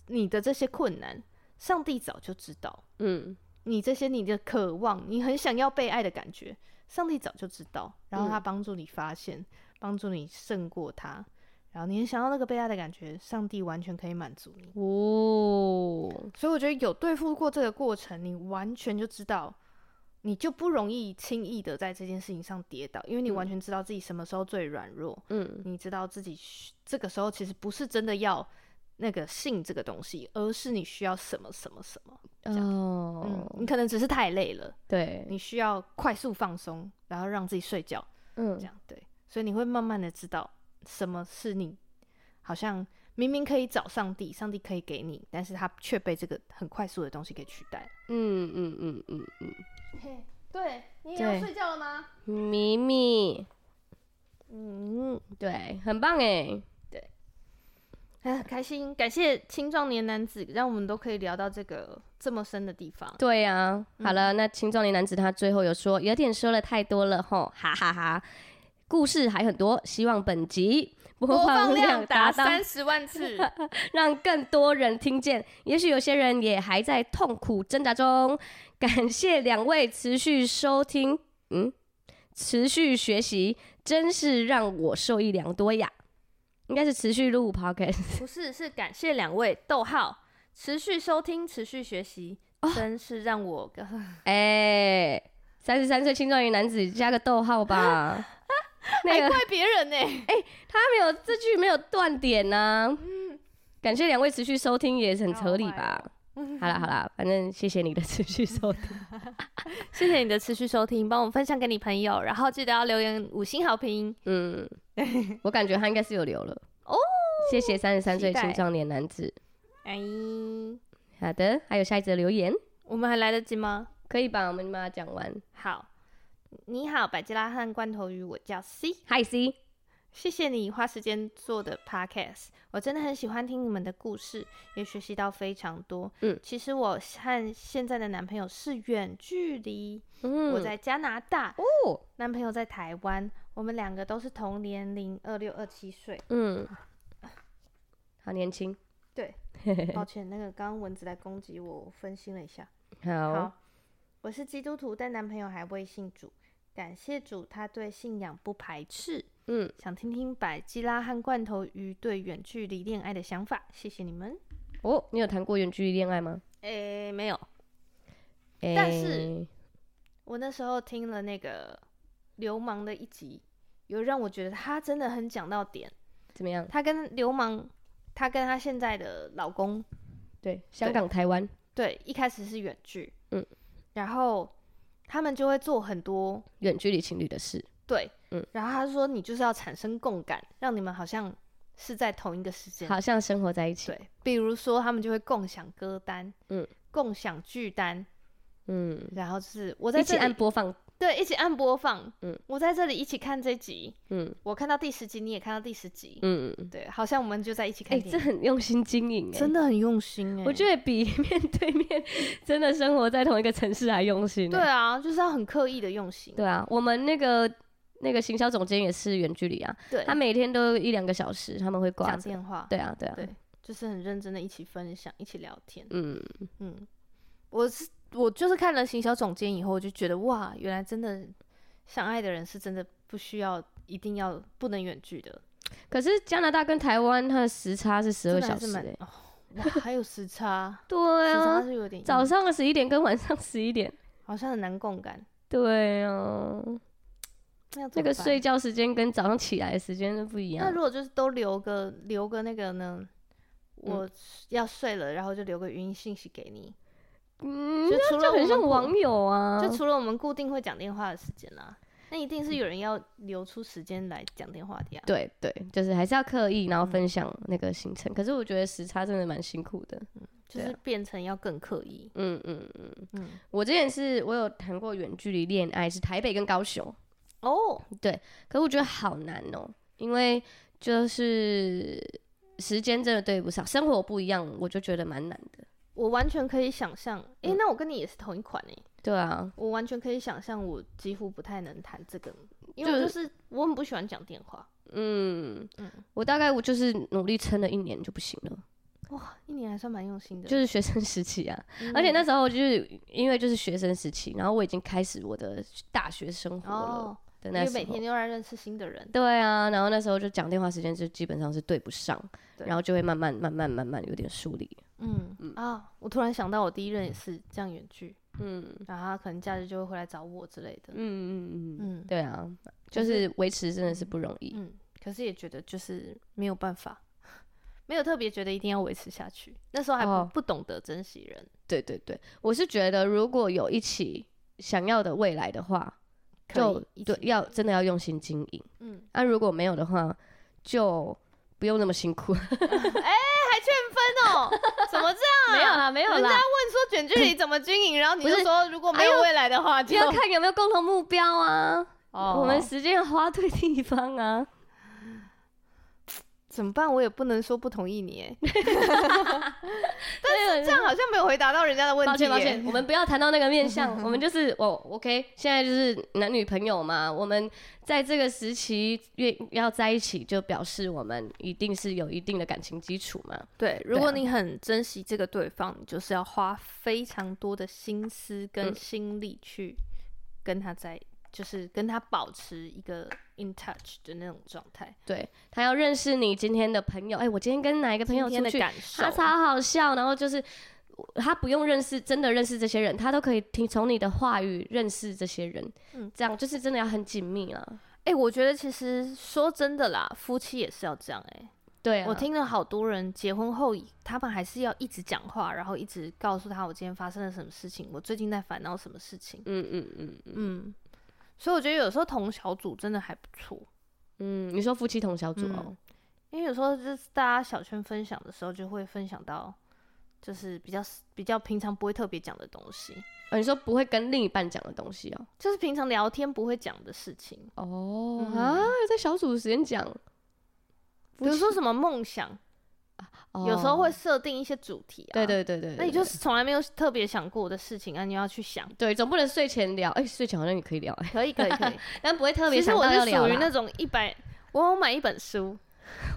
[SPEAKER 1] 你的这些困难，上帝早就知道，
[SPEAKER 2] 嗯
[SPEAKER 1] 你这些你的渴望，你很想要被爱的感觉，上帝早就知道，然后他
[SPEAKER 2] 嗯
[SPEAKER 1] 帮助你发现，帮助你胜过他，然后你很想要那个被爱的感觉，上帝完全可以满足你。
[SPEAKER 2] 哦，
[SPEAKER 1] 所以我觉得有对付过这个过程，你完全就知道，你就不容易轻易的在这件事情上跌倒，因为你完全知道自己什么时候最软弱，
[SPEAKER 2] 嗯
[SPEAKER 1] 你知道自己需这个时候其实不是真的要那个性这个东西，而是你需要什么什么什么。嗯，
[SPEAKER 2] 哦，
[SPEAKER 1] 你可能只是太累了，
[SPEAKER 2] 对，
[SPEAKER 1] 你需要快速放松，然后让自己睡觉，
[SPEAKER 2] 嗯
[SPEAKER 1] 这样对。所以你会慢慢的知道什么是你好像。明明可以找上帝，上帝可以给你，但是他却被这个很快速的东西给取代了。
[SPEAKER 2] 嗯嗯嗯嗯
[SPEAKER 1] 嘿，对你也
[SPEAKER 2] 对
[SPEAKER 1] 要睡觉了吗？
[SPEAKER 2] 嗯，咪咪，
[SPEAKER 1] 嗯，
[SPEAKER 2] 对，很棒哎，
[SPEAKER 1] 哎，开心，感谢青壮年男子，让我们都可以聊到这个这么深的地方。
[SPEAKER 2] 对呀、啊，好了，那青壮年男子他最后有说，有点说了太多了吼，哈哈哈。故事还很多，希望本集播放量达到
[SPEAKER 1] 三十万次，
[SPEAKER 2] 让更多人听见。也许有些人也还在痛苦挣扎中。感谢两位持续收听， 嗯，持续学习，真是让我受益良多呀。应该是持续录 podcast，
[SPEAKER 1] 不是，是感谢两位。逗号，持续收听，持续学习，真是让 我
[SPEAKER 2] 哎，三十三岁青壮年男子加个逗号 吧。那
[SPEAKER 1] 还
[SPEAKER 2] 个
[SPEAKER 1] 怪别人呢、
[SPEAKER 2] 哎他没有嗯这句没有断点呐、感谢两位持续收听，也是很合理吧。好啦好啦，反正谢谢你的持续收听。
[SPEAKER 1] 谢谢你的持续收听，帮我们分享给你朋友，然后记得要留言五星好评。
[SPEAKER 2] 嗯，我感觉他应该是有留了哦
[SPEAKER 1] 哦。
[SPEAKER 2] 谢谢三十三岁
[SPEAKER 1] 期待
[SPEAKER 2] 青壮年男子。
[SPEAKER 1] 哎，
[SPEAKER 2] 好的，还有下一则留言，
[SPEAKER 1] 我们还来得及吗？
[SPEAKER 2] 可以吧？我们把它讲完。
[SPEAKER 1] 好，你好，百吉拉和罐头鱼，我叫 C。
[SPEAKER 2] Hi C，
[SPEAKER 1] 谢谢你花时间做的 podcast，我真的很喜欢听你们的故事，也学习到非常多。
[SPEAKER 2] 嗯，
[SPEAKER 1] 其实我和现在的男朋友是远距离，
[SPEAKER 2] 嗯
[SPEAKER 1] 我在加拿大，
[SPEAKER 2] 哦，
[SPEAKER 1] 男朋友在台湾，我们两个都是同年龄，二六二七岁。
[SPEAKER 2] 嗯，好年轻，
[SPEAKER 1] 对，抱歉，那个刚刚蚊子来攻击我，我分心了一下。
[SPEAKER 2] 好，
[SPEAKER 1] 好，我是基督徒，但男朋友还未信主，感谢主，他对信仰不排斥。
[SPEAKER 2] 嗯，
[SPEAKER 1] 想听听百基拉和罐头鱼对远距离恋爱的想法，谢谢你们。
[SPEAKER 2] 哦，你有谈过远距离恋爱吗？
[SPEAKER 1] 诶、没有，
[SPEAKER 2] 但
[SPEAKER 1] 是我那时候听了那个流氓的一集，有让我觉得他真的很讲到点。
[SPEAKER 2] 怎么样？
[SPEAKER 1] 他跟流氓，他跟他现在的老公
[SPEAKER 2] 对，香港、台湾，
[SPEAKER 1] 对，一开始是远距，
[SPEAKER 2] 嗯，
[SPEAKER 1] 然后他们就会做很多
[SPEAKER 2] 远距离情侣的事，
[SPEAKER 1] 对，
[SPEAKER 2] 嗯，
[SPEAKER 1] 然后他说你就是要产生共感，让你们好像是在同一个时间，
[SPEAKER 2] 好像生活在一起。
[SPEAKER 1] 对，比如说他们就会共享歌单，
[SPEAKER 2] 嗯，
[SPEAKER 1] 共享剧单，
[SPEAKER 2] 嗯，
[SPEAKER 1] 然后就是我在
[SPEAKER 2] 一起
[SPEAKER 1] 这
[SPEAKER 2] 按
[SPEAKER 1] 里
[SPEAKER 2] 播放，
[SPEAKER 1] 对一起按播放，
[SPEAKER 2] 嗯，
[SPEAKER 1] 我在这里一起看这集，
[SPEAKER 2] 嗯
[SPEAKER 1] 我看到第十集，你也看到第十集，
[SPEAKER 2] 嗯，嗯
[SPEAKER 1] 对，好像我们就在一起看
[SPEAKER 2] 哎，
[SPEAKER 1] 电
[SPEAKER 2] 这
[SPEAKER 1] 影，
[SPEAKER 2] 很用心经营，哎，
[SPEAKER 1] 真的很用心哎、
[SPEAKER 2] 我觉得比面对面 真的生活在同一个城市还用心。
[SPEAKER 1] 对，啊，就是要很刻意的用心，
[SPEAKER 2] 对啊，我们那个那个行销总监也是远距离啊，
[SPEAKER 1] 对，
[SPEAKER 2] 他每天都一两个小时，他们会挂
[SPEAKER 1] 讲
[SPEAKER 2] 着。
[SPEAKER 1] 电话，
[SPEAKER 2] 对啊，对啊，
[SPEAKER 1] 对就是很认真的一起分享，一起聊天。
[SPEAKER 2] 嗯，
[SPEAKER 1] 嗯，我是我就是看了行销总监以后，我就觉得哇，原来真的相爱的人是真的不需要一定要不能远距的，
[SPEAKER 2] 可是加拿大跟台湾它的时差是十
[SPEAKER 1] 真
[SPEAKER 2] 二
[SPEAKER 1] 的还
[SPEAKER 2] 小
[SPEAKER 1] 是
[SPEAKER 2] 时、
[SPEAKER 1] 蛮
[SPEAKER 2] 欸，，
[SPEAKER 1] 哦，哇，还有时差
[SPEAKER 2] 对
[SPEAKER 1] 时差
[SPEAKER 2] 啊，
[SPEAKER 1] 是有点硬
[SPEAKER 2] 早上的十一点跟晚上十一点，
[SPEAKER 1] 好像很难共感。
[SPEAKER 2] 对啊，
[SPEAKER 1] 那要怎
[SPEAKER 2] 那
[SPEAKER 1] 么
[SPEAKER 2] 个
[SPEAKER 1] 办
[SPEAKER 2] 睡，觉时间跟早上起来的时间都不一
[SPEAKER 1] 那
[SPEAKER 2] 样
[SPEAKER 1] 如。果就是都留个留个那个呢？我要睡了，然后就留个语音信息给你，
[SPEAKER 2] 嗯，
[SPEAKER 1] 就除了
[SPEAKER 2] 就
[SPEAKER 1] 我
[SPEAKER 2] 很
[SPEAKER 1] 们
[SPEAKER 2] 像
[SPEAKER 1] 固
[SPEAKER 2] 网友啊，
[SPEAKER 1] 就除了我们固定会讲电话的时间啦、那一定是有人要留出时间来讲电话的呀。
[SPEAKER 2] 对对，就是还是要刻意，然后分享那个行程。可是我觉得时差真的蛮辛苦的。
[SPEAKER 1] 就
[SPEAKER 2] 对啊
[SPEAKER 1] 是变成要更刻意。
[SPEAKER 2] 嗯嗯嗯，
[SPEAKER 1] 嗯，
[SPEAKER 2] 我之前是我有谈过远距离恋爱，是台北跟高雄，
[SPEAKER 1] 哦，
[SPEAKER 2] 可我觉得好难哦、因为就是时间真的对不上，生活不一样，我就觉得蛮难的。
[SPEAKER 1] 我完全可以想象，诶、
[SPEAKER 2] 嗯
[SPEAKER 1] 那我跟你也是同一款诶、
[SPEAKER 2] 对啊，
[SPEAKER 1] 我完全可以想象，我几乎不太能谈这个，因为我就是我很不喜欢讲电话。
[SPEAKER 2] 嗯
[SPEAKER 1] 嗯，
[SPEAKER 2] 我大概我就是努力撑了一年就不行了，
[SPEAKER 1] 哇，一年还算蛮用心的，
[SPEAKER 2] 就是学生时期啊，
[SPEAKER 1] 嗯
[SPEAKER 2] 而且那时候就是因为就是学生时期，然后我已经开始我的大学生活了
[SPEAKER 1] 哦，
[SPEAKER 2] 的
[SPEAKER 1] 因
[SPEAKER 2] 那
[SPEAKER 1] 为
[SPEAKER 2] 时
[SPEAKER 1] 每
[SPEAKER 2] 候
[SPEAKER 1] 天，都要认识新的人，
[SPEAKER 2] 对啊，然后那时候就讲电话时间就基本上是对不上，
[SPEAKER 1] 对
[SPEAKER 2] 然后就会慢慢慢慢慢慢有点疏离，
[SPEAKER 1] 嗯啊，我突然想到我第一任也是这样远距，
[SPEAKER 2] 嗯
[SPEAKER 1] 然后他可能假日就会回来找我之类的
[SPEAKER 2] 嗯，嗯嗯，
[SPEAKER 1] 嗯
[SPEAKER 2] 对啊，就是维持真的是不容易，
[SPEAKER 1] 嗯，可是也觉得就是没有办法， 没有特别觉得一定要维持下去，那时候还不、
[SPEAKER 2] 哦
[SPEAKER 1] 不懂得珍惜人，
[SPEAKER 2] 对对对，我是觉得如果有一起想要的未来的话，
[SPEAKER 1] 可以
[SPEAKER 2] 就
[SPEAKER 1] 一
[SPEAKER 2] 对
[SPEAKER 1] 起
[SPEAKER 2] 要真的要用心经营。
[SPEAKER 1] 嗯。
[SPEAKER 2] 那、如果没有的话，就不用那么辛苦。
[SPEAKER 1] 哦，怎么这样、啊？
[SPEAKER 2] 啦， 没
[SPEAKER 1] 人家问说卷距离怎么经营，然后你就说如果没
[SPEAKER 2] 哎
[SPEAKER 1] 有
[SPEAKER 2] 呦
[SPEAKER 1] 未来的话
[SPEAKER 2] 就
[SPEAKER 1] 就，
[SPEAKER 2] 要看有没有共同目标啊。
[SPEAKER 1] 哦
[SPEAKER 2] 我们时间要花对地方啊。
[SPEAKER 1] 怎么办？我也不能说不同意你，哎，
[SPEAKER 2] 但
[SPEAKER 1] 这样好像没有回答到人家的问题。
[SPEAKER 2] 抱歉抱歉，
[SPEAKER 1] 哎
[SPEAKER 2] 我们不要谈到那个面 相，我们就是我 OK，现在就是男女朋友嘛，我们在这个时期越要在一起，就表示我们一定是有一定的感情基础嘛。
[SPEAKER 1] 对，如果
[SPEAKER 2] 对啊
[SPEAKER 1] 你很珍惜这个对方，你就是要花非常多的心思跟
[SPEAKER 2] 嗯
[SPEAKER 1] 心力去跟他在，就是跟他保持一个 in touch 的那种状态。
[SPEAKER 2] 对他要认识你今天的朋友，哎、我今天跟哪一个朋
[SPEAKER 1] 今
[SPEAKER 2] 友
[SPEAKER 1] 天
[SPEAKER 2] 出
[SPEAKER 1] 的
[SPEAKER 2] 去，
[SPEAKER 1] 感受
[SPEAKER 2] 他，超好笑，然后就是他不用认识，真的认识这些人，他都可以听从你的话语认识这些人，
[SPEAKER 1] 嗯
[SPEAKER 2] 这样就是真的要很紧密了。
[SPEAKER 1] 哎、我觉得其实说真的啦，夫妻也是要这样哎、
[SPEAKER 2] 对、啊，
[SPEAKER 1] 我听了好多人结婚后，他们还是要一直讲话，然后一直告诉他我今天发生了什么事情，我最近在烦恼什么事情。
[SPEAKER 2] 嗯，嗯嗯嗯
[SPEAKER 1] 嗯，所以我觉得有时候同小组真的还不错，
[SPEAKER 2] 嗯，你说夫妻
[SPEAKER 1] 嗯
[SPEAKER 2] 同小组哦，
[SPEAKER 1] 因为有时候就是大家小圈分享的时候，就会分享到就是比较比较平常不会特别讲的东西，
[SPEAKER 2] 哦，你说不会跟另一半讲的东西哦。
[SPEAKER 1] 就是平常聊天不会讲的事情，
[SPEAKER 2] 哦
[SPEAKER 1] 嗯
[SPEAKER 2] 啊，在小组的时间讲，
[SPEAKER 1] 比如说什么梦想，有时候会
[SPEAKER 2] 哦，
[SPEAKER 1] 设定一些主题啊，
[SPEAKER 2] 对对对对，
[SPEAKER 1] 那你就是是从来没有特别想过的事情啊，你要去想，
[SPEAKER 2] 对，总不能睡前聊，哎，睡前好像也可以 聊，哎，
[SPEAKER 1] 可以可以可以。
[SPEAKER 2] 但不会特别
[SPEAKER 1] 其实
[SPEAKER 2] 想
[SPEAKER 1] 我
[SPEAKER 2] 到
[SPEAKER 1] 是
[SPEAKER 2] 要聊
[SPEAKER 1] 属于
[SPEAKER 2] 啦
[SPEAKER 1] 那种一百，我有买一本书，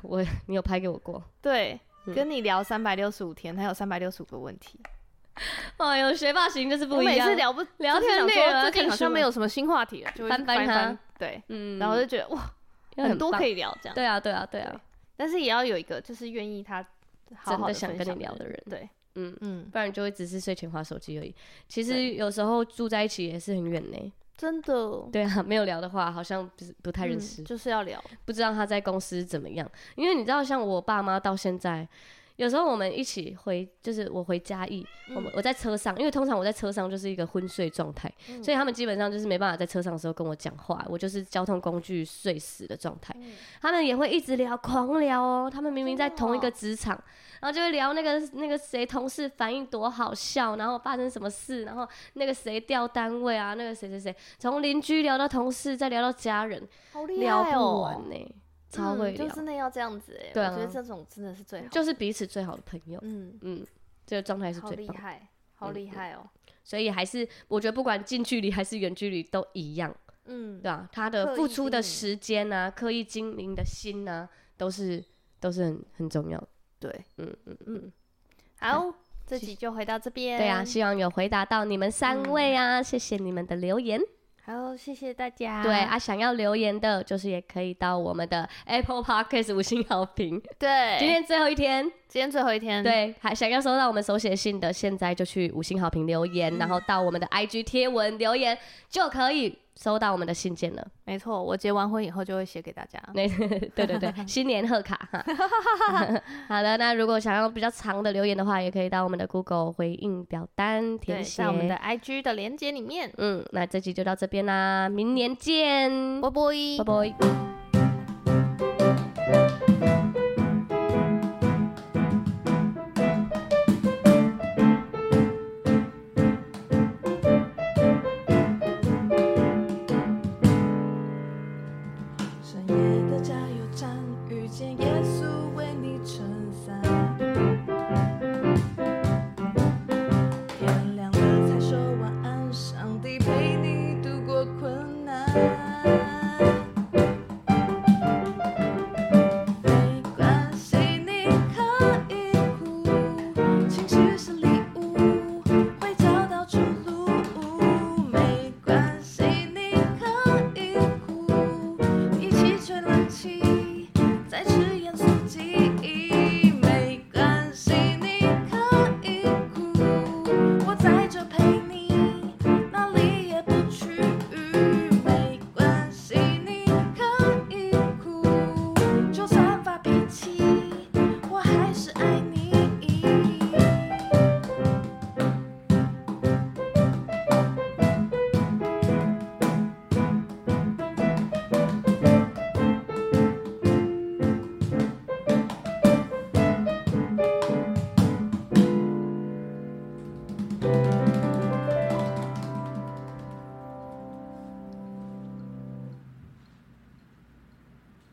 [SPEAKER 2] 我你有拍给我 过？
[SPEAKER 1] 对，
[SPEAKER 2] 嗯
[SPEAKER 1] 跟你聊三百六十五天，还有三百六十五个问题。
[SPEAKER 2] 哎呦，学霸型就是
[SPEAKER 1] 我
[SPEAKER 2] 不一
[SPEAKER 1] 每
[SPEAKER 2] 样
[SPEAKER 1] 次。聊不
[SPEAKER 2] 聊
[SPEAKER 1] 就是
[SPEAKER 2] 天
[SPEAKER 1] 想
[SPEAKER 2] 内
[SPEAKER 1] 说
[SPEAKER 2] 容啊
[SPEAKER 1] 最近
[SPEAKER 2] 看
[SPEAKER 1] 好
[SPEAKER 2] 书
[SPEAKER 1] 像没
[SPEAKER 2] 嘛
[SPEAKER 1] 有什么新话题了，就会
[SPEAKER 2] 翻
[SPEAKER 1] 去
[SPEAKER 2] 翻
[SPEAKER 1] 翻一
[SPEAKER 2] 它
[SPEAKER 1] 翻，对，
[SPEAKER 2] 嗯
[SPEAKER 1] 然后就觉得哇，
[SPEAKER 2] 因为
[SPEAKER 1] 很多
[SPEAKER 2] 棒
[SPEAKER 1] 可以聊这样。
[SPEAKER 2] 对啊，对啊，对啊，
[SPEAKER 1] 但是也要有一个就是愿意他好
[SPEAKER 2] 真
[SPEAKER 1] 好
[SPEAKER 2] 的
[SPEAKER 1] 的
[SPEAKER 2] 想跟你聊
[SPEAKER 1] 的
[SPEAKER 2] 的
[SPEAKER 1] 人，
[SPEAKER 2] 人，
[SPEAKER 1] 对，
[SPEAKER 2] 嗯，
[SPEAKER 1] 嗯，
[SPEAKER 2] 不然就会只是睡前划手机而已。其实有时候住在一起也是很远呢。
[SPEAKER 1] 真的
[SPEAKER 2] 对啊，没有聊的话，好像不是不太认
[SPEAKER 1] 嗯
[SPEAKER 2] 识，
[SPEAKER 1] 就是要聊，
[SPEAKER 2] 不知道他在公司怎么样。因为你知道，像我爸妈到现在，有时候我们一起回，就是我回嘉义，我们
[SPEAKER 1] 嗯
[SPEAKER 2] 我在车上，因为通常我在车上就是一个昏睡状态，
[SPEAKER 1] 嗯
[SPEAKER 2] 所以他们基本上就是没办法在车上的时候跟我讲话，我就是交通工具睡死的状态。
[SPEAKER 1] 嗯
[SPEAKER 2] 他们也会一直聊，狂聊哦。他们明明在
[SPEAKER 1] 真的哦
[SPEAKER 2] 同一个职场，然后就会聊那个那个谁同事反应多好笑，然后发生什么事，然后那个谁调单位啊，那个谁谁谁，从邻居聊到同事，再聊到家人，
[SPEAKER 1] 好厉
[SPEAKER 2] 聊
[SPEAKER 1] 害
[SPEAKER 2] 不
[SPEAKER 1] 哦，
[SPEAKER 2] 完呢、超
[SPEAKER 1] 嗯
[SPEAKER 2] 会聊，
[SPEAKER 1] 就真的要这样子哎，
[SPEAKER 2] 对啊
[SPEAKER 1] 我觉得这种真的是最好，
[SPEAKER 2] 就是彼此最好的朋友。
[SPEAKER 1] 嗯，
[SPEAKER 2] 嗯，这个状态是
[SPEAKER 1] 好
[SPEAKER 2] 最
[SPEAKER 1] 厉
[SPEAKER 2] 棒的，
[SPEAKER 1] 害，好
[SPEAKER 2] 嗯
[SPEAKER 1] 厉
[SPEAKER 2] 嗯
[SPEAKER 1] 害哦，
[SPEAKER 2] 所以还是我觉得不管近距离还是远距离都一样，
[SPEAKER 1] 嗯
[SPEAKER 2] 对，吧、他
[SPEAKER 1] 刻
[SPEAKER 2] 的
[SPEAKER 1] 意
[SPEAKER 2] 付出的
[SPEAKER 1] 经营
[SPEAKER 2] 时间啊，刻意经营的心啊，都是都是很很重要的。
[SPEAKER 1] 对，
[SPEAKER 2] 嗯
[SPEAKER 1] 嗯嗯，好，这
[SPEAKER 2] 谢
[SPEAKER 1] 集就回到这边，
[SPEAKER 2] 对啊，希望有回答到你们三位
[SPEAKER 1] 嗯
[SPEAKER 2] 啊，谢谢你们的留言。
[SPEAKER 1] 好，谢谢大家，
[SPEAKER 2] 对啊，想要留言的，就是也可以到我们的 Apple Podcast 五星好评。
[SPEAKER 1] 对，
[SPEAKER 2] 今天最后一天，
[SPEAKER 1] 今天最后一天，，
[SPEAKER 2] 对，还想要收到我们手写信的，现在就去五星好评留言，
[SPEAKER 1] 嗯
[SPEAKER 2] 然后到我们的 IG 贴文留言，就可以收到我们的信件了。
[SPEAKER 1] 没错，我结完婚以后就会写给大家，
[SPEAKER 2] 那 对对对，新年贺卡 哈。 好的，那如果想要比较长的留言的话，也可以到我们的 Google 回应表单
[SPEAKER 1] 对，
[SPEAKER 2] 填写
[SPEAKER 1] 在我。们的 IG 的连接里面，
[SPEAKER 2] 嗯，那这集就到这边啦，明年见，
[SPEAKER 1] 波波一
[SPEAKER 2] 拜。拜。
[SPEAKER 3] 深夜的加油站，遇见耶稣为你撑伞。天亮了才说晚安，上帝陪你度过困难。